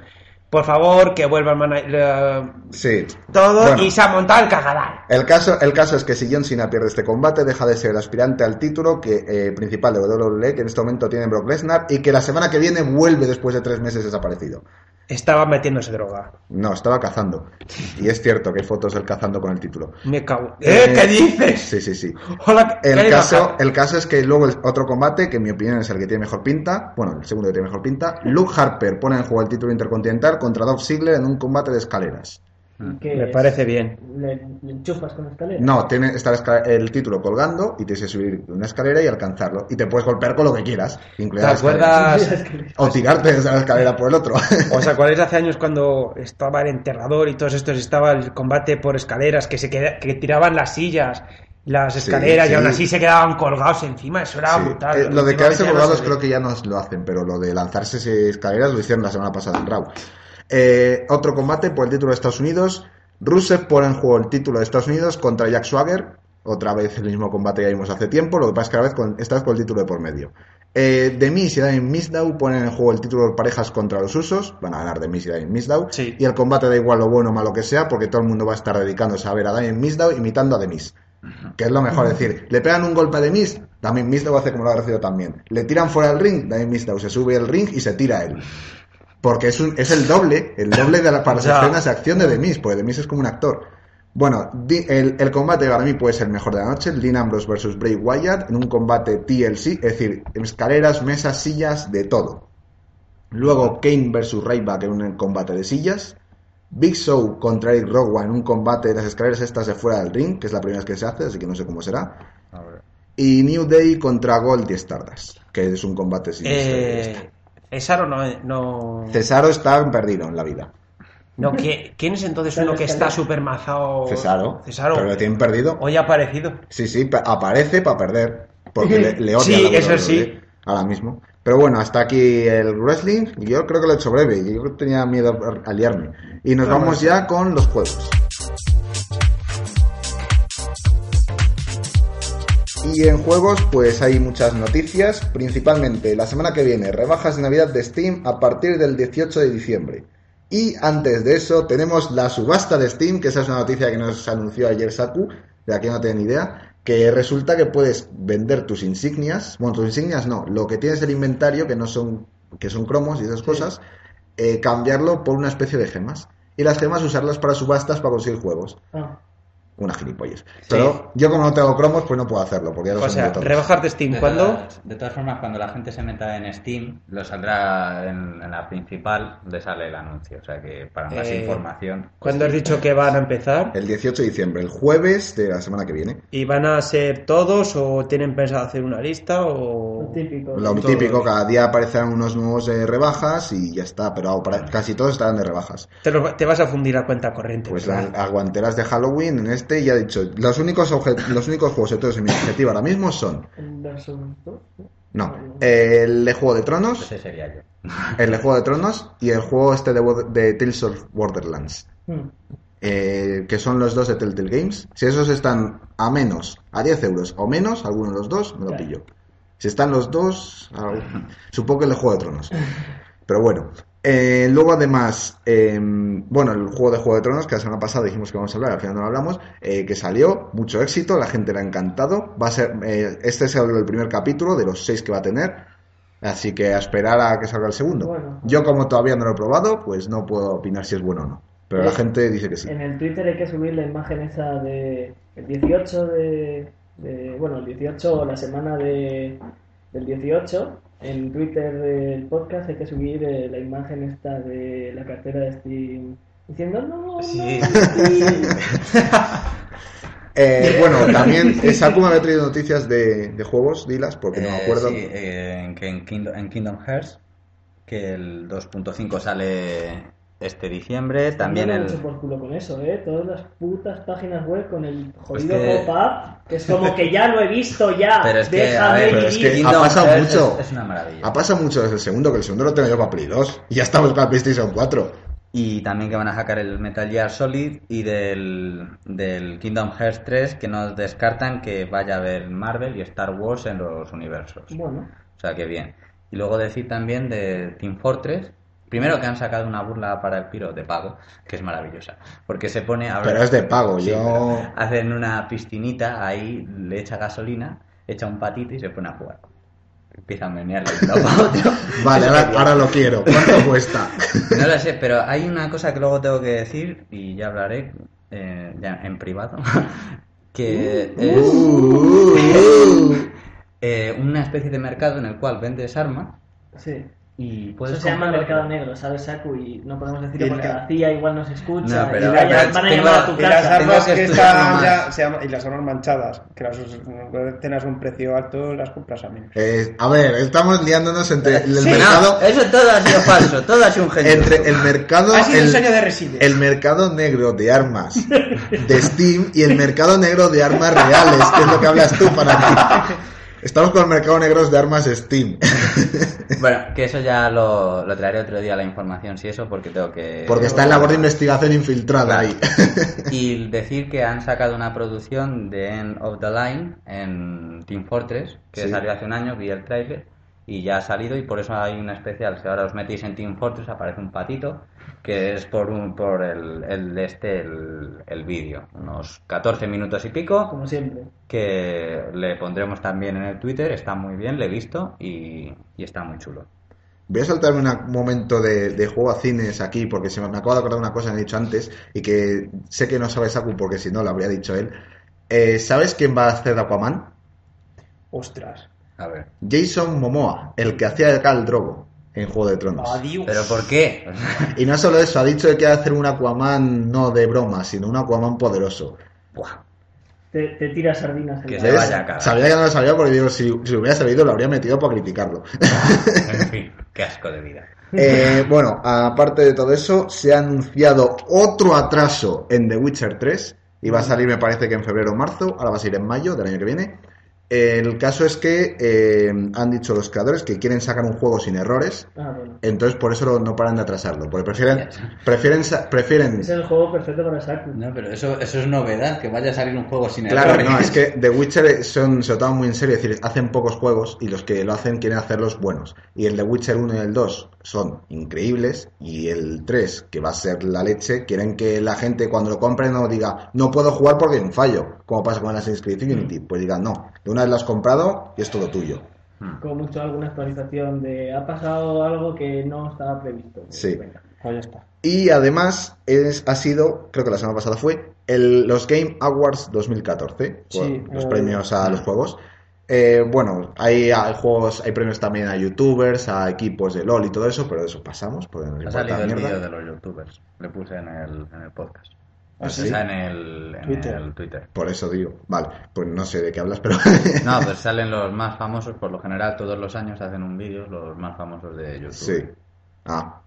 por favor, que vuelva el manager, eh,
Sí.
todo,
Bueno.
y se ha montado el cagadal.
El caso, el caso es que si John Cena pierde este combate, deja de ser el aspirante al título que, eh, principal de WWE, que en este momento tiene Brock Lesnar, y que la semana que viene vuelve después de tres meses desaparecido.
Estaba metiéndose droga.
No, estaba cazando. Y es cierto que hay fotos del cazando con el título.
Me cago. ¿Eh?
Eh,
¿Qué dices?
Sí, sí, sí.
Hola, ¿qué
El
hay
caso,
baja?
el caso es que luego el otro combate, que en mi opinión es el que tiene mejor pinta, bueno, el segundo que tiene mejor pinta, Luke Harper pone en juego el título intercontinental contra Dolph Ziggler en un combate de escaleras.
¿Qué
Me
es?
parece bien.
¿Le, le enchufas con escalera?
No, tiene está la escala- el título colgando y tienes que subir una escalera y alcanzarlo. Y te puedes golpear con lo que quieras,
¿Te
incluida la escalera.
acuerdas?
O tirarte desde la escalera por el otro.
¿Os acordáis de hace años cuando estaba el enterrador y todos estos estaba el combate por escaleras que se queda- que tiraban las sillas, las
Sí,
escaleras y aún
sí.
así se quedaban colgados encima? Eso era
Sí.
brutal.
Eh, lo de
Últimamente
quedarse
ya no
colgados
se ve.
creo que ya no lo hacen, pero lo de lanzarse esas escaleras lo hicieron la semana pasada en Raw. Eh, otro combate por el título de Estados Unidos. Rusev pone en juego el título de Estados Unidos contra Jack Swagger. Otra vez el mismo combate que vimos hace tiempo, lo que pasa es que ahora vez con, esta vez con el título de por medio. Eh, The Miz y Damien Mizdow ponen en juego el título de parejas contra los usos. Van a ganar The Miz y Damien Mizdow.
Sí.
Y el combate da igual lo bueno o malo que sea, porque todo el mundo va a estar dedicándose a ver a Damien Mizdow imitando a The Miz que es lo mejor, es decir, le pegan un golpe de Miz, Damien Mizdow hace como lo ha recibido también. Le tiran fuera del ring, Damien Mizdow se sube al ring y se tira a él. Porque es, un- es el doble, el doble de la, para las
Ya.
escenas de acción de The Miz, porque The Miz es como un actor. Bueno, di- el, el combate para mí puede ser el mejor de la noche, Dean Ambrose versus Bray Wyatt, en un combate TLC, es decir, escaleras, mesas, sillas, de todo. Luego Kane versus Ryback en un combate de sillas. Big Show contra Eric Rowan en un combate de las escaleras estas de fuera del ring, que es la primera vez que se hace, así que no sé cómo será.
A ver.
Y New Day contra Gold y Stardust, que es un combate sin
Eh, Cesaro no.
eh?
no,
Cesaro está perdido en la vida.
no ¿quién, quién es entonces uno que está supermazado?
Cesaro.
Cesaro.
Pero lo tienen perdido.
Hoy ha aparecido.
Sí, sí, pa- aparece para perder. Porque le, le
Sí,
odia la
eso
WWE
sí.
Ahora mismo. Pero bueno, hasta aquí el wrestling. Yo creo que lo he hecho breve. Yo tenía miedo a liarme. Y nos vamos ya con los juegos. Y en juegos, pues hay muchas noticias. Principalmente la semana que viene, rebajas de Navidad de Steam a partir del 18 de diciembre. Y antes de eso, tenemos la subasta de Steam, que esa es una noticia que nos anunció ayer Saku, de la que no tenía ni idea. Que resulta que puedes vender tus insignias, bueno, tus insignias no, lo que tienes en el inventario, que no son, que son cromos y esas cosas, eh, cambiarlo por una especie de gemas. Y las gemas usarlas para subastas para conseguir juegos.
Ah,
Una gilipollas. Pero yo como no tengo cromos, pues no puedo hacerlo, porque ya los
O sea,
envío todos.
rebajarte Steam.
De
¿Cuándo?
todas, de todas formas, cuando la gente se meta en Steam, lo saldrá en, en la principal, le sale el anuncio. O sea que para más
Eh,
información. pues
¿Cuándo has dicho que van a empezar?
El 18 de diciembre, el jueves de la semana que viene.
¿Y van a ser todos o tienen pensado hacer una lista o...?
lo típico.
Lo
Todos.
típico, cada día aparecerán unos nuevos de rebajas y ya está, pero para- casi todos estarán de rebajas.
Te, lo- te vas a fundir la cuenta corriente.
Pues las
¿verdad?
aguanteras de Halloween en este, ya he dicho, los únicos, obje- los únicos juegos de todos en mi objetivo ahora mismo son,
El Dark Souls 2, ¿no?
no, el de Juego de Tronos,
Ese sería yo.
el de Juego de Tronos y el juego este de, Wo- de Tales of Borderlands,
Hmm.
eh, que son los dos de Telltale Games. Si esos están a menos, a 10 euros o menos, alguno de los dos, me lo
Claro.
pillo. Si están los dos, ah, supongo que el de Juego de Tronos. Pero bueno, eh, luego además, eh, bueno, el juego de Juego de Tronos, que la semana pasada dijimos que vamos a hablar, al final no lo hablamos, eh, que salió, mucho éxito, la gente le ha encantado. Va a ser, eh, este es el primer capítulo de los seis que va a tener. Así que a esperar a que salga el segundo.
Bueno.
Yo como todavía no lo he probado, pues no puedo opinar si es bueno o no. Pero la
Eh,
gente dice que sí.
En el Twitter hay que subir la imagen esa de el 18 de, de- bueno, el 18 o la semana de del 18 en Twitter del podcast hay que subir eh, la imagen esta de la cartera de Steam diciendo no,
Sí.
no, Steam".
Eh, bueno, también eh, Saku me había traído noticias de, de juegos, dilas, porque no me
Eh,
acuerdo.
sí, eh, en, que en Kingdom, en Kingdom Hearts, que el 2.5 sale este diciembre. También
Yo me
el.
echo por culo con eso, ¿eh? Todas las putas páginas web con el jodido
que-
pop-up, que es como que ya lo he visto ya,
Pero es que, a
déjame
ver,
pero es
vivir.
que ha pasado
Hearts
mucho.
Es, es una maravilla.
Ha pasado Ah, mucho desde el segundo, que el segundo lo tengo yo para Play 2. Y ya estamos con la PlayStation 4.
Y también que van a sacar el Metal Gear Solid y del, del Kingdom Hearts 3 que nos descartan que vaya a haber Marvel y Star Wars en los universos.
Bueno,
O sea que bien. Y luego decir también de Team Fortress. Primero que han sacado una burla para el piro de pago, que es maravillosa. Porque se pone a
Pero es de pago,
Sí,
yo.
pero Hacen una piscinita, ahí le echa gasolina, echa un patito y se pone a jugar. Empiezan a menearle de un lado para otro.
Vale, ahora, ahora lo quiero. ¿Cuánto cuesta?
No lo sé, pero hay una cosa que luego tengo que decir y ya hablaré eh, ya en privado. Que
Uh,
es eh, una especie de mercado en el cual vendes armas
sí.
y
Eso
puedes.
se llama
comprar-
mercado negro, ¿sabes, Saku? Y no podemos
Y
decirlo porque
la-
la CIA igual nos escucha.
No, pero-
y la-
pero
van a
tengo-
llamar a tu
y
Y las
casa.
Tengo
armas
que
que
estudiar
están
más.
ya, se llama- y las armas manchadas, que las us- cuando tengas un precio alto, las compras a menos.
Eh, a ver, estamos liándonos entre el
Sí, Ah,
mercado.
no, eso todo ha sido falso, todo ha sido un genio.
Entre el mercado.
Ha sido
el-
un sueño de Reside.
el mercado negro de armas de Steam y el mercado negro de armas reales, que es lo que hablas tú para mí. Estamos con el mercado negro de armas Steam.
Bueno, que eso ya lo, lo traeré otro día la información, si eso, porque tengo que.
Porque está en labor de investigación infiltrada ahí.
Y decir que han sacado una producción de End of the Line en Team Fortress, que
Sí.
salió hace un año, vi el tráiler, y ya ha salido y por eso hay una especial. Si ahora os metéis en Team Fortress aparece un patito que es por un por el, el este el, el vídeo, unos 14 minutos y pico
como siempre.
que le pondremos también en el Twitter, está muy bien, le he visto y, y está muy chulo.
Voy a saltarme una- un momento de, de juego a cines aquí, porque se me, me acabo de acordar una cosa que he dicho antes y que sé que no sabe Saku, porque si no lo habría dicho él. Eh, ¿Sabes quién va a hacer de Aquaman?
Ostras.
A ver.
Jason Momoa, el que hacía de Khal Drogo en Juego de Tronos.
Adiós.
¿Pero por qué?
Y no solo eso, ha dicho que va a hacer un Aquaman no de broma, sino un Aquaman poderoso.
Buah,
Te, te tira sardinas. en
Que
la-
se
¿Ves?
vaya a cagar.
Sabía que no lo sabía porque digo, si, si lo hubiera sabido lo habría metido para criticarlo.
en fin, qué asco de vida.
Eh, bueno, aparte de todo eso, se ha anunciado otro atraso en The Witcher 3. Iba a salir, me parece que en febrero o marzo, ahora va a salir en mayo del año que viene. El caso es que eh, han dicho los creadores que quieren sacar un juego sin errores,
Ah, bueno.
entonces por eso lo- no paran de atrasarlo, porque prefieren, prefieren, sa- prefieren
Es el juego perfecto para Saku.
No, pero eso, eso es novedad, que vaya a salir un juego sin
Claro,
errores.
no, es que The Witcher son, se lo toman muy en serio, es decir, hacen pocos juegos y los que lo hacen quieren hacerlos buenos. Y el The Witcher 1 y el 2 son increíbles y el 3, que va a ser la leche, quieren que la gente cuando lo compre no diga, no puedo jugar porque hay un fallo, como pasa con Assassin's Creed Unity. Pues digan, no, de una vez lo has comprado y es todo tuyo.
Como mucho alguna actualización de ha pasado algo que no estaba previsto.
Sí.
Venga.
Pues ya está.
Y además es, ha sido, creo que la semana pasada fue, el, los Game Awards 2014,
Sí,
bueno, los
eh,
premios a los juegos. Eh, bueno, hay, hay juegos, hay premios también a youtubers, a equipos de LOL y todo eso, pero de eso pasamos, porque nos
Ha
importa
salido el
mierda.
vídeo de los youtubers. Le puse en el, en el podcast.
Ah, sí.
O sea, en el en
Twitter.
el Twitter.
Por eso digo, vale, pues no sé de qué hablas, pero...
No, pues salen los más famosos. Por lo general, todos los años hacen un vídeo los más famosos de YouTube.
sí. Ah.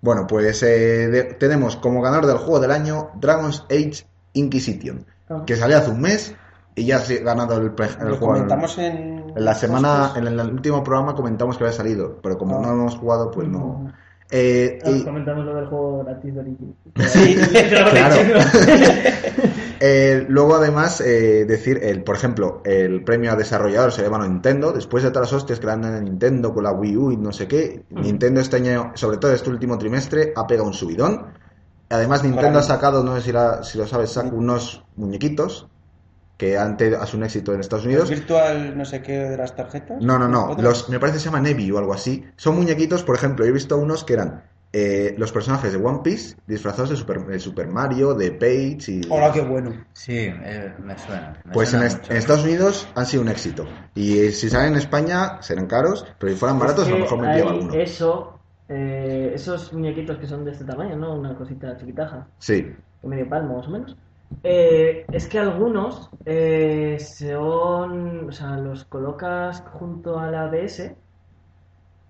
Bueno, pues eh, de- tenemos como ganador del juego del año Dragon's Age Inquisition,
Ah.
que salió hace un mes y ya se ha ganado el, pre- el
Lo
juego.
comentamos en...
En la semana,
Ostras.
en el último programa comentamos que había salido, pero como no
Ah.
hemos jugado, pues no. Eh,
Ah,
y,
Comentamos lo del juego gratis de Origin.
eh, luego, además, eh, decir, el, por ejemplo, el premio a desarrollador se llama Nintendo, después de todas las hostias que le dan a Nintendo con la Wii U y no sé qué, Nintendo este año, sobre todo este último trimestre, ha pegado un subidón. Además, Nintendo
Para
ha
mí.
sacado, no sé si, la- si lo sabes, saca unos muñequitos que han tenido a su éxito en Estados Unidos.
virtual no sé qué de las tarjetas?
No, no, no.
¿Otro?
Los, me parece que se llama Nevi o algo así. Son muñequitos, por ejemplo, yo he visto unos que eran eh, los personajes de One Piece disfrazados de Super, de Super Mario, de Page y...
Hola, qué bueno.
Sí, eh, me suena. me
Pues en,
suena
est-
mucho.
en Estados Unidos han sido un éxito. Y eh, si salen en España serán caros, pero si fueran baratos
Es
a lo
que
mejor me
hay
lleva alguno.
Eso, eh, esos muñequitos que son de este tamaño, ¿no? Una cosita chiquitaja,
Sí.
de medio palmo más o menos. Eh, es que algunos eh, son, o sea, los colocas junto a la ABS eh,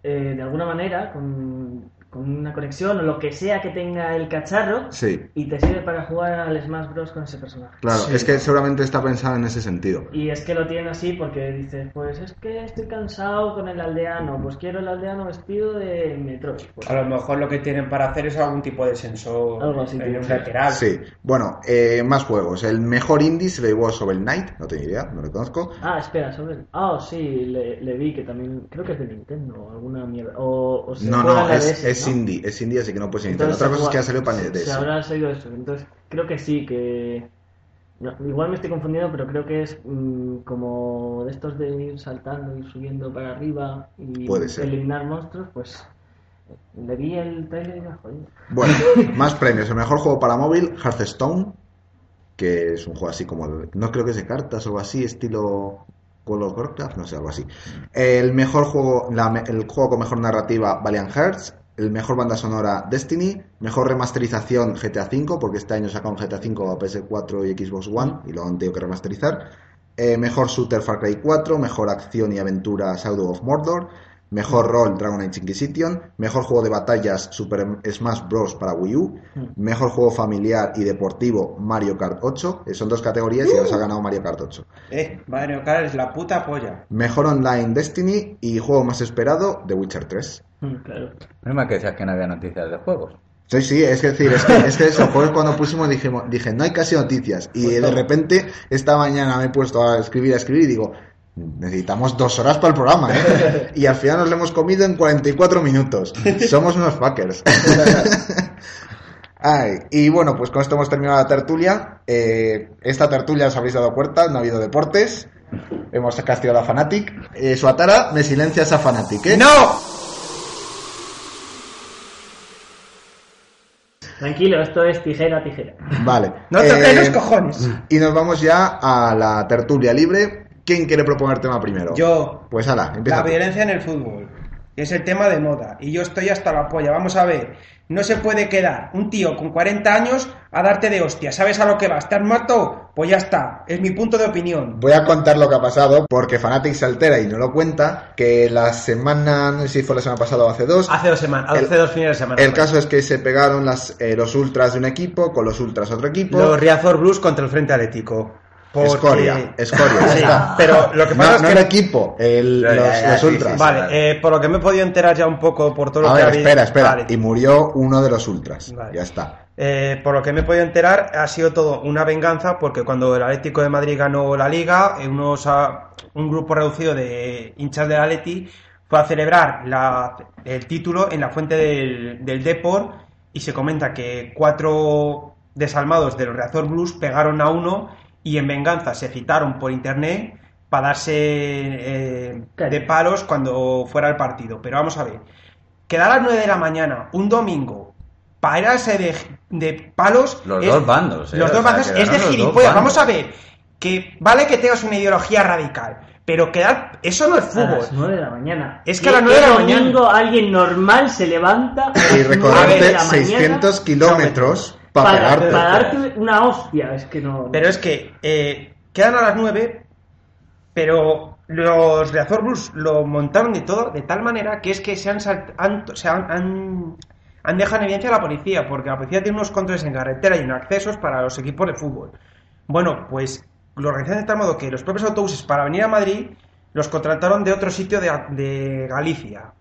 de alguna manera con, con una conexión o lo que sea que tenga el cacharro
Sí.
y te sirve para jugar al Smash Bros con ese personaje.
Claro, es que seguramente está pensado en ese sentido.
Y es que lo tienen así porque dices, pues es que estoy cansado con el aldeano, pues quiero el aldeano vestido de Metroid. Pues,
A lo mejor lo que tienen para hacer es algún tipo de sensor
Algo así,
en
tío.
un lateral.
Sí. Bueno, eh, más juegos. El mejor indie se lo llevó Shovel Knight, no tengo idea, no lo conozco.
Ah, espera, sobre... Ah, oh, sí, le, le vi que también... Creo que es de Nintendo o alguna mierda. O, o se
No,
juega
no,
en la
es,
DS,
es
¿no?
indie, es indie, así que no puedes intentar.
Entonces
Otra
se
cosa es que
juega-
ha salido para E
se-
DS.
Se habrá salido eso. Entonces, creo que sí, que... no, igual me estoy confundiendo, pero creo que es mm, como de estos de ir saltando, ir subiendo para arriba y
Puede ser.
eliminar monstruos, pues... Le vi el trailer y me jodido.
Bueno, más premios. El mejor juego para móvil, Hearthstone, que es un juego así como... de- No creo que es de cartas o algo así, estilo Call of Warcraft, no sé, algo así. El mejor juego, la me- el juego con mejor narrativa, Valiant Hearts. El mejor banda sonora, Destiny. Mejor remasterización, GTA V, porque este año sacaron GTA V a PS4 y Xbox One y lo han tenido que remasterizar. Eh, mejor shooter, Far Cry 4. Mejor acción y aventura, Shadow of Mordor. Mejor rol, Dragon Age Inquisition. Mejor juego de batallas, Super Smash Bros. para Wii U. Mejor juego familiar y deportivo, Mario Kart 8. Eh, Son dos categorías y ya los ha ganado Mario Kart 8.
Eh, Mario Kart es la puta polla.
Mejor online Destiny y juego más esperado The Witcher 3.
Claro.
Menos mal que decías que no había noticias de juegos.
Sí, sí, es que decir, es que, es que eso, jueves cuando pusimos dijimos, dije, no hay casi noticias. Y de repente, esta mañana me he puesto a escribir, a escribir y digo, Necesitamos dos horas para el programa, ¿eh? Y al final nos lo hemos comido en 44 minutos. Somos unos fuckers. Ay, y bueno, pues con esto hemos terminado la tertulia. Eh, esta tertulia os habéis dado cuenta, no ha habido deportes. Hemos castigado a Fanatic. Eh, Suatara, me silencias a Fanatic, ¿eh?
¡No!
Tranquilo, esto es tijera, tijera.
Vale.
No toques
Eh,
los cojones.
Y nos vamos ya a la tertulia libre. ¿Quién quiere proponer tema primero?
Yo,
Pues ala, empieza.
La
tú.
violencia en el fútbol. Es el tema de moda. Y yo estoy hasta la polla. Vamos a ver. No se puede quedar un tío con 40 años a darte de hostia. ¿Sabes a lo que vas? ¿Te has matado? Pues ya está. Es mi punto de opinión.
Voy a contar lo que ha pasado, porque Fanatic se altera y no lo cuenta, que la semana, no sé si fue la semana pasada o hace dos,
Hace dos semanas,
El-
hace dos fines de semana.
el caso es que se pegaron las, eh, los ultras de un equipo con los ultras de otro equipo.
Los Riazor Blues contra el Frente Atlético. Porque-
Escoria, escoria, ya
Sí,
está.
pero lo que
no,
pasa es
no
que...
el equipo, el-
Ya, ya,
los,
ya,
los
sí,
ultras.
sí, Vale, eh, por lo que me he podido enterar ya un poco por todo lo
a
que ha
ver,
habido-
espera, espera.
Vale.
Y murió uno de los ultras.
Vale.
Ya está.
Eh, por lo que me he podido enterar, ha sido todo una venganza porque cuando el Atlético de Madrid ganó la liga, eh, unos, ah, un grupo reducido de hinchas del Atleti fue a celebrar la- el título en la fuente del, del Depor y se comenta que cuatro desalmados del Reazor Blues pegaron a uno y en venganza se citaron por internet para darse eh,
Claro.
de palos cuando fuera el partido. Pero vamos a ver, quedar a las 9 de la mañana, un domingo, pararse de, de palos.
Los dos bandos, eh,
Los
o
dos
sea,
bandos
que
es de
ganan los dos
gilipollas.
bandos.
Vamos a ver, que vale que tengas una ideología radical, pero quedar. Eso no es
A las
fútbol.
9 de la mañana.
Es que a las nueve de la mañana.
domingo alguien normal se levanta a
Y
las nueve de
recorrerte
la mañana
600 kilómetros para
para,
pegarte.
para darte una hostia. Es que no.
Pero es que eh, quedan a las 9, pero los de Azor Blues lo montaron de todo de tal manera que es que se han, salt- han, se han, han- han dejado en evidencia a la policía, porque la policía tiene unos controles en carretera y en accesos para los equipos de fútbol. Bueno, pues lo organizaron de tal modo que los propios autobuses para venir a Madrid los contrataron de otro sitio de, de Galicia.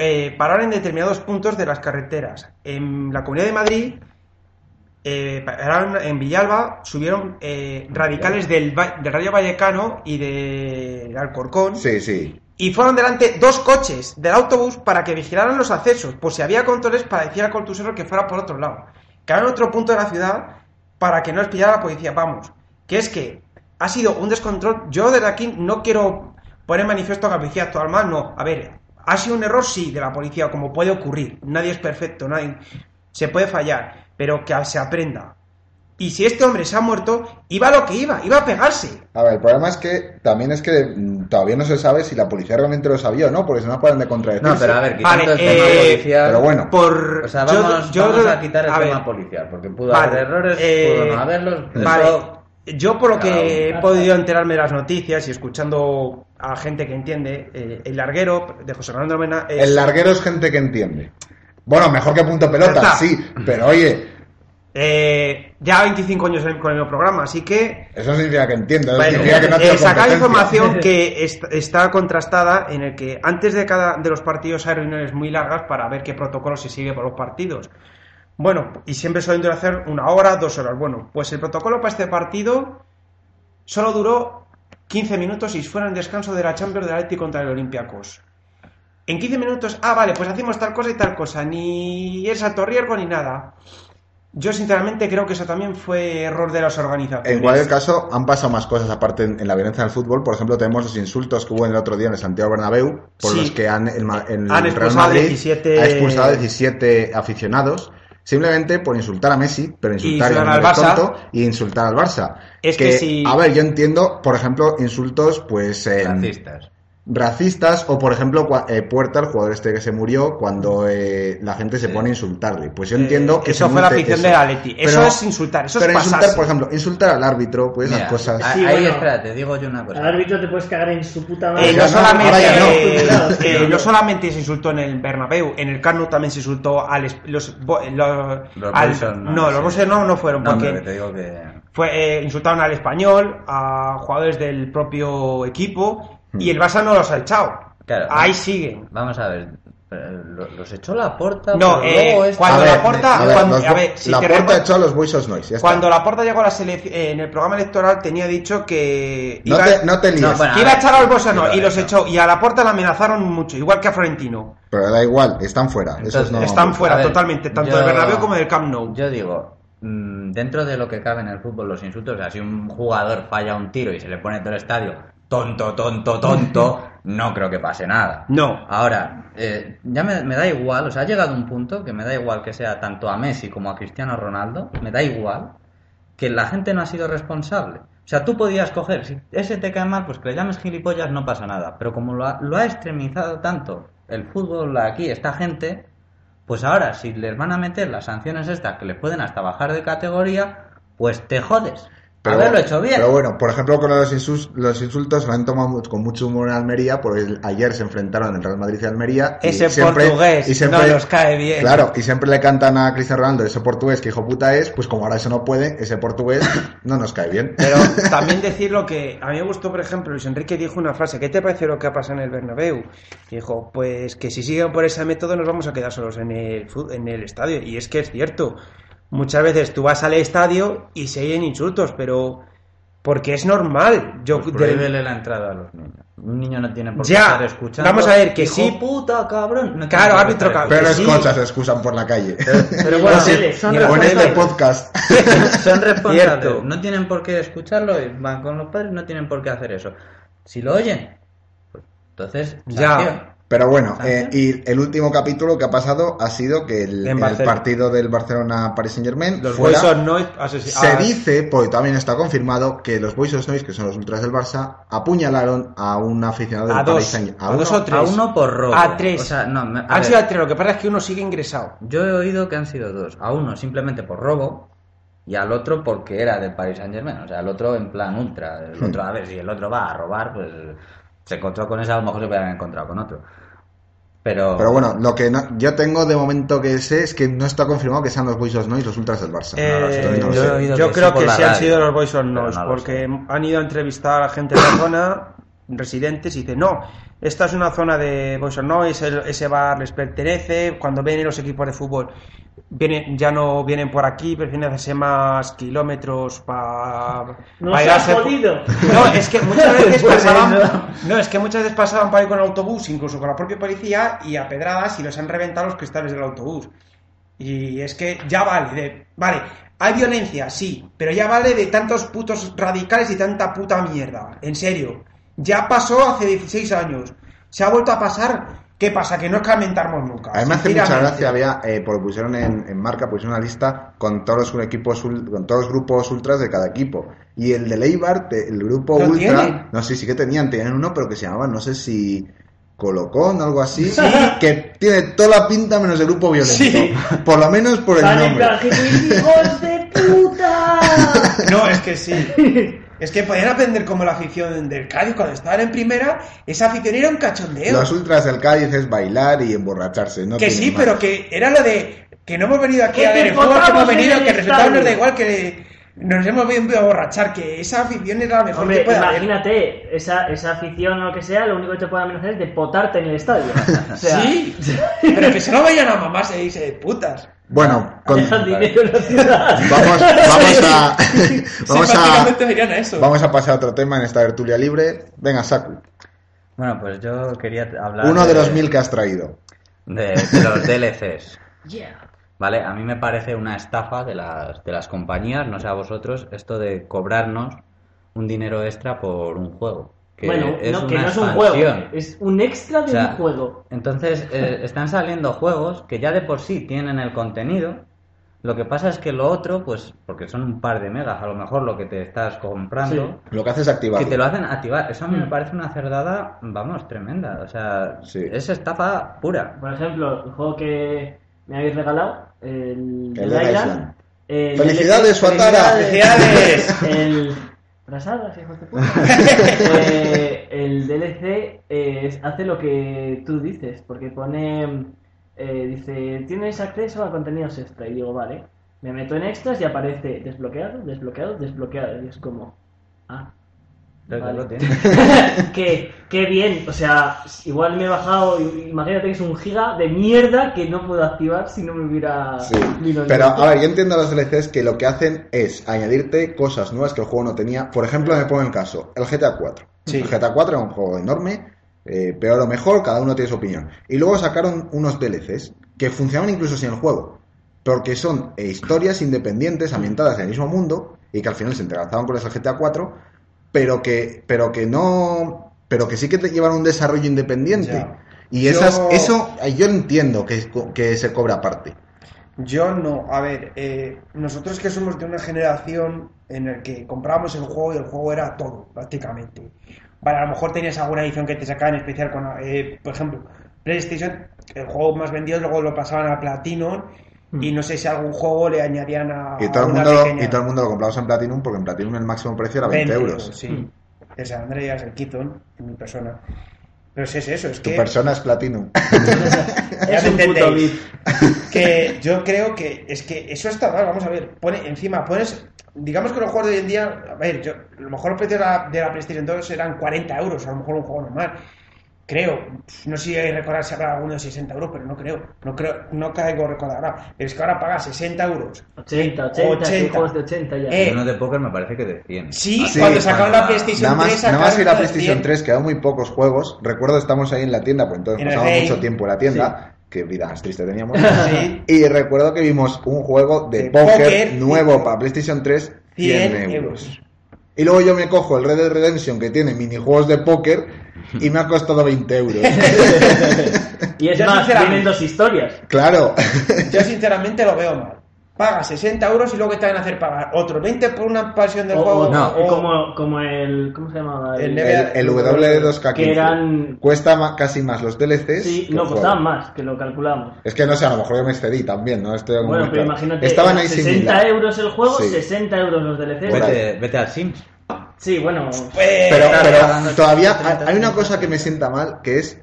Eh, pararon en determinados puntos de las carreteras. En la Comunidad de Madrid eh, pararon en Villalba, subieron eh, radicales del, Va- del Rayo Vallecano y de Alcorcón
Sí, sí.
y fueron delante dos coches del autobús para que vigilaran los accesos, por si había controles para decir al contusero que fuera por otro lado. Que había en otro punto de la ciudad para que no les pillara la policía, vamos. Que es que ha sido un descontrol. Yo desde aquí no quiero poner manifiesto que la policía actúa mal, no. A ver, ha sido un error, sí, de la policía, como puede ocurrir. Nadie es perfecto, nadie. Se puede fallar, pero que se aprenda. Y si este hombre se ha muerto, iba a lo que iba, iba a pegarse.
A ver, el problema es que también es que mm, todavía no se sabe si la policía realmente lo sabía o no, porque si no paran de contradecirse.
No, pero a
Vale,
ver, quitando el tema
eh,
policial.
Pero bueno,
Por.
O sea,
yo-
vamos,
yo-
vamos a quitar el tema
ver,
policial, porque pudo
Vale,
haber errores,
eh,
pudo no haberlos.
Vale.
eso-
Yo por lo
Cada uno.
que he podido enterarme de las noticias y escuchando a gente que entiende, eh, el larguero de José Fernando Mena es...
el larguero es gente que entiende. Bueno, mejor que punto
Ya
pelota,
está.
sí, pero oye,
eh, ya 25 años en- con el mismo programa, así que...
eso no significa que entienda, eso
Bueno,
significa que no
eh,
tiene
sacar
competencia.
información que est- está contrastada en el que antes de cada de los partidos hay reuniones muy largas para ver qué protocolo se sigue por los partidos. Bueno, y siempre suelen durar hacer una hora, dos horas. Bueno, pues el protocolo para este partido solo duró 15 minutos y fuera en descanso de la Champions del Atleti contra el Olympiacos. En 15 minutos, ah, vale, pues hacemos tal cosa y tal cosa, ni es alto riesgo ni nada. Yo sinceramente creo que eso también fue error de las organizaciones.
En cualquier caso, han pasado más cosas aparte en, en la violencia del fútbol. Por ejemplo, tenemos los insultos que hubo el otro día en el Santiago Bernabéu, por
Sí.
los que han, el, ma- el
Han
Real
expulsado
Madrid
17
ha expulsado a 17 aficionados, simplemente por insultar a Messi, pero insultar
insultar
a
al
un
Barça.
tonto y insultar al Barça.
Es que si-
A ver, yo entiendo, por ejemplo, insultos pues en-
Racistas.
racistas o, por ejemplo, cua- eh, Puerta, el jugador este que se murió, cuando eh, la gente se pone a insultarle. Pues yo entiendo
Eh,
que...
eso
se
fue la
monte
afición del Atleti. Eso es insultar, eso es
pero insultar,
pasarse.
por ejemplo, insultar al árbitro, pues
Mira,
esas cosas...
a-
Sí,
ahí,
bueno.
espera, te digo yo una
Al
cosa.
árbitro te puedes cagar en su puta madre.
Eh,
ya
no,
no, ahora ya
solamente,
Claro, sí,
eh,
no.
no solamente se insultó en el Bernabéu, en el Carno también se insultó al es- los, bo- los-
Los
al-
Wilson,
no,
no,
los
sí.
Wilson no, no fueron
No,
porque
pero que te digo que.
fue eh, insultaron al español, a jugadores del propio equipo y el Barça no los ha echado.
Claro.
Ahí siguen.
Vamos a ver. Eh, lo- los echó la puerta.
No, eh, cuando
A ver,
la porta.
a ver,
cuando,
los-
a ver, si
la
te
puerta
recuerdo-
echó a los Buisos Noise. ya está.
cuando la porta llegó a la selección, en el programa electoral tenía dicho que
No
iba,
te, no te líes,
No, bueno.
que iba a echar a los Bosa, no,
Sí,
y los
no.
echó. Y a la porta la amenazaron mucho, igual que a Florentino.
pero da igual, están fuera. esos
Entonces,
no,
Están fuera
A ver,
totalmente, tanto
yo-
del Bernabéu como del Camp Nou.
Yo digo, mm, dentro de lo que cabe en el fútbol, los insultos, o sea, si un jugador falla un tiro y se le pone todo el estadio tonto, tonto, tonto, no creo que pase nada.
No.
Ahora, eh, ya me, me da igual, o sea, ha llegado un punto que me da igual que sea tanto a Messi como a Cristiano Ronaldo, me da igual que la gente no ha sido responsable. O sea, tú podías coger, si ese te cae mal, pues que le llames gilipollas no pasa nada. Pero como lo ha, lo ha extremizado tanto el fútbol aquí, esta gente, pues ahora si les van a meter las sanciones estas que les pueden hasta bajar de categoría, pues te jodes. Haberlo hecho bien.
Pero bueno, por ejemplo, con los, insus- los insultos lo han tomado mu- con mucho humor en Almería, porque el- ayer se enfrentaron el Real Madrid y Almería. y
Ese
siempre-
portugués
y siempre-
no nos cae bien.
Claro, y siempre le cantan a Cristiano Ronaldo, ese portugués que hijo puta es, pues como ahora eso no puede, ese portugués no nos cae bien.
Pero también decir lo que a mí me gustó, por ejemplo, Luis Enrique dijo una frase, ¿qué te parece lo que ha pasado en el Bernabéu? Y dijo, pues que si siguen por ese método nos vamos a quedar solos en el, fu- en el estadio. Y es que es cierto, muchas veces tú vas al estadio y se oyen insultos, pero porque es normal. Yo,
Pues
del-
prohíbele la entrada a los niños. Un niño no tiene por qué
Ya,
estar escuchando.
vamos a ver, que
"Hijo
sí.
puta, cabrón. No tiene
Claro,
por qué
árbitro,
estar
cabrón.
Pero
que
es
sí.
cosas se excusan por la calle.
Pero bueno,
Sí,
sí,
son
ni
responsables.
Ponéis
responsables.
de podcast.
son responsables.
Cierto.
No tienen por qué escucharlo, y van con los padres, no tienen por qué hacer eso. Si lo oyen, pues, entonces.
Ya.
sanción.
Pero bueno, eh,
Ajá.
y el último capítulo que ha pasado ha sido que el,
En
el
Barcelona.
partido del Barcelona-Paris Saint-Germain
los
fuera-
Wilson "Pues no ases-
Se
ah,
dice, porque también está confirmado, que los Boys of Noise, que son los ultras del Barça, apuñalaron a un aficionado del
A
Paris
dos,
Saint-
a
uno.
dos o tres.
A uno por robo.
A tres.
O sea, no, me- a
Han
ver,
sido a tres, lo que pasa es que uno sigue ingresado.
Yo he oído que han sido dos. A uno simplemente por robo y al otro porque era del Paris Saint Germain. O sea, al otro en plan ultra.
Hmm.
El otro, a ver, si el otro va a robar, pues se encontró con ese, a lo mejor se puede haber encontrado con otro. Pero,
Pero bueno, lo que no- yo tengo de momento que sé es que no está confirmado que sean los Boys of Noise los ultras del Barça.
Eh,
No lo sé, todavía no lo
yo
sé.
he oído
yo
que
creo
sí por
que
la
sí han
radio,
sido los Boys on
pero
Noise,
no lo
porque
sé.
han ido a entrevistar a la gente de la zona, residentes, y dicen, no, esta es una zona de Boys on Noise, el- ese bar les pertenece, cuando vienen los equipos de fútbol, vienen, ya no vienen por aquí, prefieren hacerse más kilómetros para...
No se ha jodido.
No, es que muchas veces
Pues
pasaban,
eso.
no, es que muchas veces pasaban para ir con el autobús, incluso con la propia policía, y a pedradas y los han reventado los cristales del autobús. Y es que ya vale, de- vale, hay violencia, sí, pero ya vale de tantos putos radicales y tanta puta mierda, en serio. Ya pasó hace 16 años, se ha vuelto a pasar, ¿qué pasa? Que no escarmentamos nunca.
A mí me hace mucha
sinceramente.
gracia, había, eh, porque pusieron en, en marca, pusieron una lista con todos los equipos, ul- con todos los grupos ultras de cada equipo. Y el de Leibar, te- el grupo
¿Lo
ultra,
tienen?
no sé si que tenían, tenían uno, pero que se llamaba, no sé si Colocón o algo así, que tiene toda la pinta menos de grupo violento. Por lo menos por el
Van en
nombre.
plan, ¡hijos de puta!
No, es que sí. Es que podían aprender como la afición del Cádiz cuando estaban en primera, esa afición era un cachondeo.
Los ultras del Cádiz es bailar y emborracharse, no
¿eh? que
tienen
sí,
más.
pero que era lo de que no hemos venido aquí
Que
a ver
te
el juego, que hemos
encontramos en
venido,
el
que el resultado
estadio.
nos da igual, que nos hemos venido a borrachar, que esa afición era la mejor
Hombre,
que
pues,
puede haber.
imagínate, esa, esa afición o lo que sea, lo único que te puede amenazar es de potarte en el estadio. O sea,
Sí, pero que se lo vayan a mamar, se dice de putas.
Bueno, con-
dejan dinero en la ciudad.
vamos, vamos a... vamos
sí,
a...
prácticamente dirían eso.
Vamos a pasar a otro tema en esta tertulia libre. Venga, Saku.
Bueno, pues yo quería hablar.
Uno de los mil que has traído.
De, de los DLCs.
Yeah.
¿Vale? A mí me parece una estafa de las, de las compañías, no sé a vosotros, esto de cobrarnos un dinero extra por un juego. Que
bueno,
es
no, que
una
no es un
expansión.
juego, es un extra de
O sea,
un juego.
Entonces, eh, están saliendo juegos que ya de por sí tienen el contenido. Lo que pasa es que lo otro, pues, porque son un par de megas, a lo mejor lo que te estás comprando,
Lo que haces es activar.
que te lo hacen activar. Eso a mí me
Mm.
parece una cerdada, vamos, tremenda. O sea,
Sí.
es estafa pura.
Por ejemplo, el juego que me habéis regalado, el,
El
el
Dead
Island.
Island.
el-
¡Felicidades,
el-
Suatara!
¡Felicidades! El. Brasadas, hijos de puta. Eh, el DLC eh, es- hace lo que tú dices, porque pone. eh, dice: Tienes acceso a contenidos extra. Y digo, vale. Me meto en extras y aparece desbloqueado, desbloqueado, desbloqueado. Y es como. Ah.
Lo-
Vale.
lo tiene.
que, que bien, o sea, igual me he bajado, i- imagínate que es un giga de mierda que no puedo activar si no me hubiera
Sí.
vino el
Pero,
momento.
a ver, yo entiendo los DLCs que lo que hacen es añadirte cosas nuevas que el juego no tenía. Por ejemplo, me pongo el caso, el GTA 4. El GTA 4 es un juego enorme, eh, peor o mejor, cada uno tiene su opinión. Y luego sacaron unos DLCs que funcionaban incluso sin el juego, porque son eh, historias independientes ambientadas en el mismo mundo y que al final se entrelazaban con las del GTA 4, pero que, pero que no, pero que sí que te llevan un desarrollo independiente.
Ya.
Y esas,
Yo-
eso, eh, yo entiendo que, que se cobra aparte.
Yo no, a ver, eh, nosotros que somos de una generación en la que comprábamos el juego y el juego era todo, prácticamente. Vale, a lo mejor tenías alguna edición que te sacaban especial con, eh, por ejemplo, PlayStation, el juego más vendido, luego lo pasaban a Platinum y no sé si algún juego le añadían a,
Y todo, el
una
mundo lo,
pequeña-
y todo el mundo lo compramos en Platinum porque en Platinum el máximo precio era 20 euros.
sí.
Mm.
El San Andreas, el Keaton, en mi persona. Pero si es eso, es
Tu
que...
persona es Platinum.
Ya
Es
me
un puto
entendéis.
VIP.
Que yo creo que es que eso está mal, vamos a ver, pone encima, pones, digamos que los juegos de hoy en día, a ver, yo, a lo mejor los precios de la, de la PlayStation 2 eran 40 euros, a lo mejor un juego normal, creo, no sé si recordar si habrá alguno de 60 euros, pero no creo, no creo, no caigo a recordar ahora, pero es que ahora pagas 60 euros.
80, 80, 80.
80.
juegos de 80 ya.
Eh,
Yo no de póker me parece que de 100.
Sí,
Ah, Sí,
cuando sacaron la
cuando-
PlayStation
Nada más,
3,
nada más
sacaron
que la
una de
PlayStation
100.
3 quedaban muy pocos juegos. Recuerdo, estamos ahí en la tienda, pues entonces
En el
pasamos
Game.
mucho tiempo en la tienda. Que vida más triste teníamos.
Sí.
Y recuerdo que vimos un juego de
De
póker,
póker.
nuevo para PlayStation 3, 100,
100
euros.
euros.
Y luego yo me cojo el Red Dead Redemption que tiene minijuegos de póker y me ha costado 20 euros.
y es
yo
más,
sinceramente-
tienen dos historias.
claro.
Yo sinceramente lo veo mal. Paga 60 euros y luego que te van a hacer pagar otros 20 por una pasión del
O-
juego.
o-
no,
o
o-
como, como el. ¿Cómo se llamaba?
El
El, el W2K15.
Que eran.
Cuesta ma- casi más los DLCs.
Sí,
que el
no,
juego.
costaban más, que lo calculamos.
Es que no sé, a lo mejor yo me excedí también, ¿no? Estoy muy
Bueno, pero
claro.
imagínate,
Estaban ahí
60
similar.
euros el juego,
Sí.
60 euros los DLCs.
Por ahí.
Vete, vete al Sims.
Sí, bueno,
Eh,
Pero,
Claro,
pero
pagando
todavía
30,
hay- hay una cosa que me sienta mal, que es,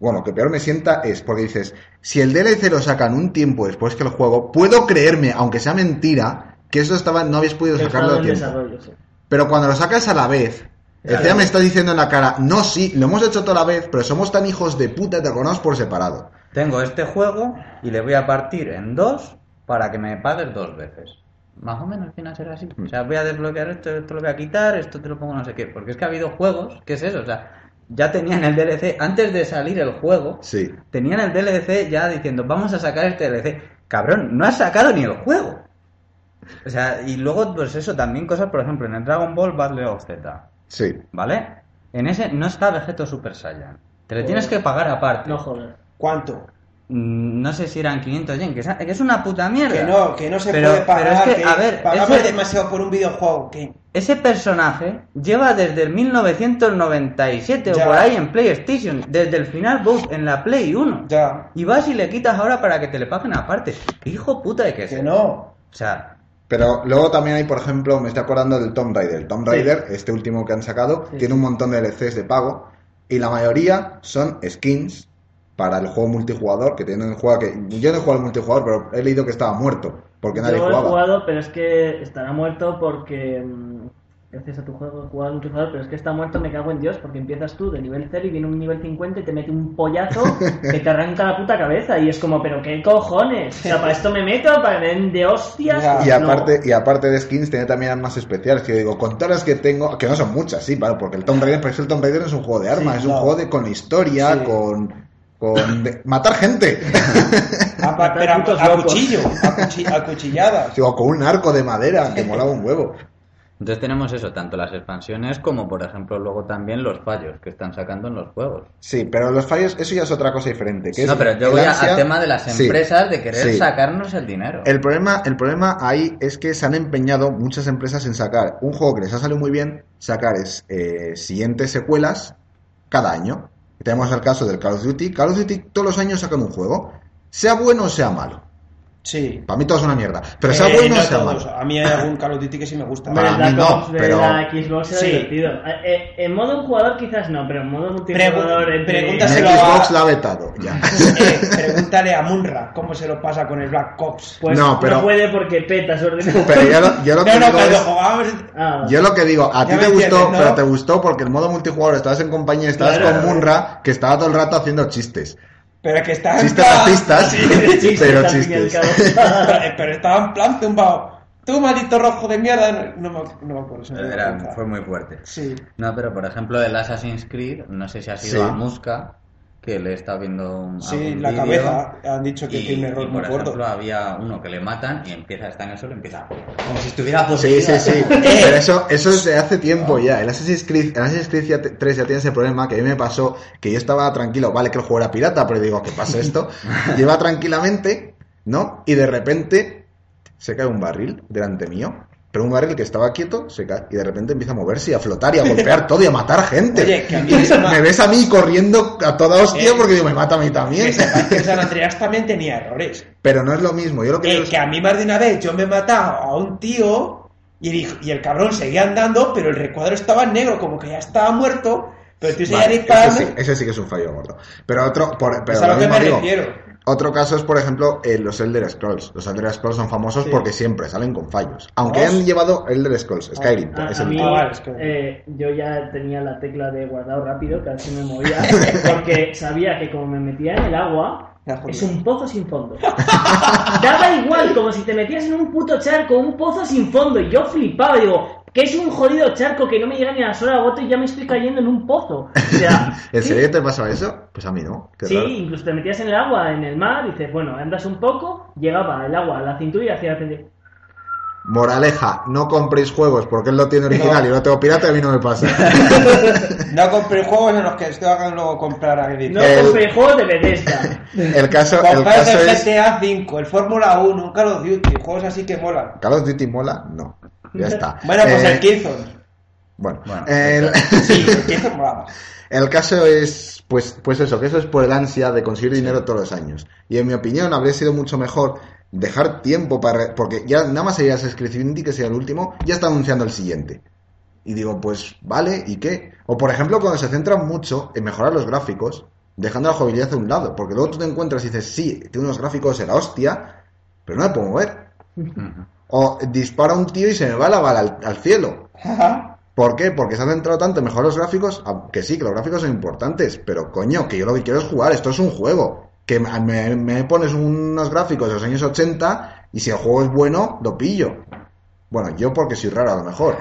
bueno, que peor me sienta es, porque dices, si el DLC lo sacan un tiempo después que el juego, puedo creerme, aunque sea mentira, que eso estaba, no habéis podido
estaba
sacarlo a
en
tiempo.
desarrollo. sí.
Pero cuando lo sacas a la vez, el
Claro.
me está diciendo en la cara, no, sí, lo hemos hecho toda la vez, pero somos tan hijos de puta, te lo conocemos por separado.
Tengo este juego y le voy a partir en dos para que me pagues dos veces. Más o menos viene a ser así. O sea, voy a desbloquear esto, esto lo voy a quitar, esto te lo pongo no sé qué. Porque es que ha habido juegos, ¿qué es eso? O sea, ya tenían el DLC, antes de salir el juego,
Sí.
tenían el DLC ya diciendo, vamos a sacar este DLC. Cabrón, no has sacado ni el juego. O sea, y luego, pues eso, también cosas, por ejemplo, en el Dragon Ball Battle of Z,
Sí.
¿vale? En ese no está Vegeto Super Saiyan. Te le tienes que pagar aparte.
No jodas.
¿Cuánto?
Mm, No sé si eran 500 yen, que es que es una puta mierda.
Que no, que no se
Pero-
puede pagar.
pero es que,
que
a ver,
pagamos
ese-
demasiado por un videojuego. Que
Ese personaje lleva desde el 1997
Ya.
o por ahí en PlayStation, desde el final boss en la Play 1.
ya,
Y vas y le quitas ahora para que te le paguen aparte. ¿Qué hijo puta de que es?
que no.
O sea,
Pero luego también hay, por ejemplo, me estoy acordando del Tomb Raider. El Tomb
Sí.
Raider, este último que han sacado,
Sí,
tiene
sí.
un montón de DLCs de pago y la mayoría son skins para el juego multijugador que tienen juego que yo no he jugado al multijugador, pero he leído que estaba muerto porque nadie
Yo he
jugaba.
jugado, pero es que estará muerto porque. mm, Gracias a tu juego he jugado a un jugador, pero es que está muerto, me cago en Dios, porque empiezas tú de nivel 0 y viene un nivel 50 y te mete un pollazo que te arranca la puta cabeza. Y es como, ¿pero qué cojones? O sea, ¿para esto me meto? ¿Para que me den de hostias? Pues
Ya.
Y
No.
aparte, y aparte de skins, tiene también armas especiales. Que digo, con todas las que tengo, que no son muchas, sí, claro, porque el Tomb Raider, por ejemplo, el Tomb Raider no es un juego de armas,
Sí,
es un
no.
juego de, con historia,
Sí.
con, con de- matar gente.
A, pa-
Matar
pero a-
putos
a
locos.
cuchillo, a, cuchi- a cuchilladas.
Digo, con un arco de madera que molaba un huevo.
entonces tenemos eso, tanto las expansiones como, por ejemplo, luego también los fallos que están sacando en los juegos.
Sí, pero los fallos, eso ya es otra cosa diferente. Que
No,
es
pero yo
el
voy a-
ansia-
al tema de las
Sí.
empresas de querer
Sí.
sacarnos el dinero.
El problema, el problema ahí es que se han empeñado muchas empresas en sacar un juego que les ha salido muy bien, sacar es, eh, siguientes secuelas cada año. Tenemos el caso del Call of Duty. Call of Duty todos los años sacan un juego, sea bueno o sea malo.
Sí.
Para mí todo es una mierda. Pero
Eh,
sea bueno
no
o sea
todos.
malo.
A mí hay algún Call of Duty que sí me gusta. Ah.
Hombre,
Para
la-
mí.
mí no,
Ops de
pero-
la Xbox era
Sí.
divertido. Eh, eh, en modo jugador quizás no, pero en modo multijugador entre-
En
pregúntaselo a-
Xbox la ha vetado. Ya.
Eh, pregúntale a Munra cómo se lo pasa con el Black Ops.
Pues
No,
no,
pero-
puede porque peta su ordenador.
Pero yo lo, yo lo
No,
que
no,
digo
cuando
es-
jugábamos.
Ah, vale.
Yo lo que digo, a
Ya
ti
me
te gustó,
entiendes, ¿no?
pero te gustó porque el modo multijugador estabas en compañía, estabas
Claro.
con Munra, que estaba todo el rato haciendo chistes.
Pero que estaba. en
Chistes
plan-
racistas,
Ah, Sí, sí,
pero
al fin y al
chistes.
cabo.
Pero, pero estaba en plan tumbado. Tú, maldito rojo de mierda. No, no me, no me acuerdo. se me
Era-
acuerdo.
fue muy fuerte.
Sí.
No, pero por ejemplo, el Assassin's Creed, no sé si ha sido
Sí.
a Musca, que le he estado viendo un.
Sí,
algún
la
vídeo,
cabeza. Han dicho que
Y,
tiene un
y,
error muy
por ejemplo,
gordo.
había uno que le matan y empieza, está en el suelo y empieza. Como si estuviera
Sí, sí,
poseída.
sí.
Eh.
Pero eso, eso es de hace tiempo ya. El Assassin's Creed, el Assassin's Creed ya te- 3 ya tiene ese problema que a mí me pasó que yo estaba tranquilo. Vale, que el juego era pirata, pero digo, ¿qué pasa esto? Lleva tranquilamente, ¿no? Y de repente se cae un barril delante mío. Pero un barril que estaba quieto se cae y de repente empieza a moverse y a flotar y a golpear todo y a matar gente.
Oye, que a mí eso no-
Me ves a mí corriendo a toda hostia
Eh,
porque digo, me mata a mí también.
Que sepas que San Andreas también tenía errores.
Pero no es lo mismo. Yo lo que
Eh,
digo es-
que a mí más de una vez yo me he matado a un tío y, dijo- y el cabrón seguía andando, pero el recuadro estaba en negro, como que ya estaba muerto, pero el tío seguía
Vale,
disparando.
Ese sí, ese sí que es un fallo gordo. Pero otro, por, pero
Es a lo que
mismo
me
digo,
refiero.
Otro caso es, por ejemplo, eh, los Elder Scrolls. Los Elder Scrolls son famosos porque siempre salen con fallos. Aunque
Dos.
han llevado Elder Scrolls, Skyrim.
A,
es
a
el
mí,
Ah, vale, es que-
eh, yo ya tenía la tecla de guardado rápido, que así me movía, porque sabía que como me metía en el agua,
La jodida.
es un pozo sin fondo. Daba igual, como si te metías en un puto charco, un pozo sin fondo, y yo flipaba, digo, que es un jodido charco que no me llega ni a la sola gota y ya me estoy cayendo en un pozo. O sea,
¿En
¿qué
serio te pasaba eso? Pues a mí no. Qué
Sí,
raro.
incluso te metías en el agua, en el mar, dices, bueno, andas un poco, llegaba el agua a la cintura y hacía repente,
Moraleja, no compréis juegos porque él lo tiene original
No.
y lo tengo pirata y a mí no me pasa.
No compré juegos en los que estoy hagan luego comprar a
no
El-
compré juegos de Bethesda.
el caso, Eh, el
Comprar
caso
el
es...
GTA V, el Fórmula 1, un Call of Duty, juegos así que molan.
¿Call of Duty mola? No. Ya está.
Bueno, pues
Eh,
el Killzone.
Bueno,
Bueno,
el-
Sí, el Killzone molaba.
El caso es, pues, pues eso, que eso es por el ansia de conseguir dinero todos los años. Y en mi opinión habría sido mucho mejor dejar tiempo para... Porque ya nada más sería suscripción Indie, que sea el último, ya está anunciando el siguiente. Y digo, pues vale, ¿y qué? O por ejemplo, cuando se centran mucho en mejorar los gráficos, dejando la jugabilidad a un lado, porque luego tú te encuentras y dices, sí, tiene unos gráficos de la hostia, pero no me puedo mover. O dispara un tío y se me va la bala al- al cielo.
Ajá.
¿Por qué? Porque se han centrado tanto en mejorar los gráficos, aunque sí, que los gráficos son importantes, pero coño, que yo lo que quiero es jugar, esto es un juego. Que me, me pones unos gráficos de los años 80 y si el juego es bueno, lo pillo. Bueno, yo porque soy raro a lo mejor.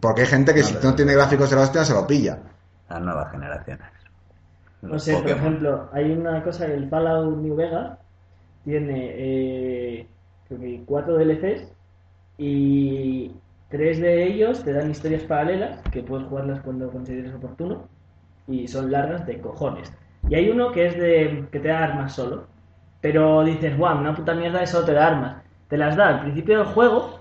Porque hay gente que si no tiene gráficos de la hostia se lo pilla.
Las nuevas generaciones.
No
Los
sé, por
Pokémon.
ejemplo, hay una cosa que el Fallout New Vegas tiene eh, creo que cuatro DLCs y tres de ellos te dan historias paralelas que puedes jugarlas cuando consideres oportuno y son largas de cojones. Y hay uno que es de que te da armas solo, pero dices, guau, una puta mierda eso te da armas. Te las da al principio del juego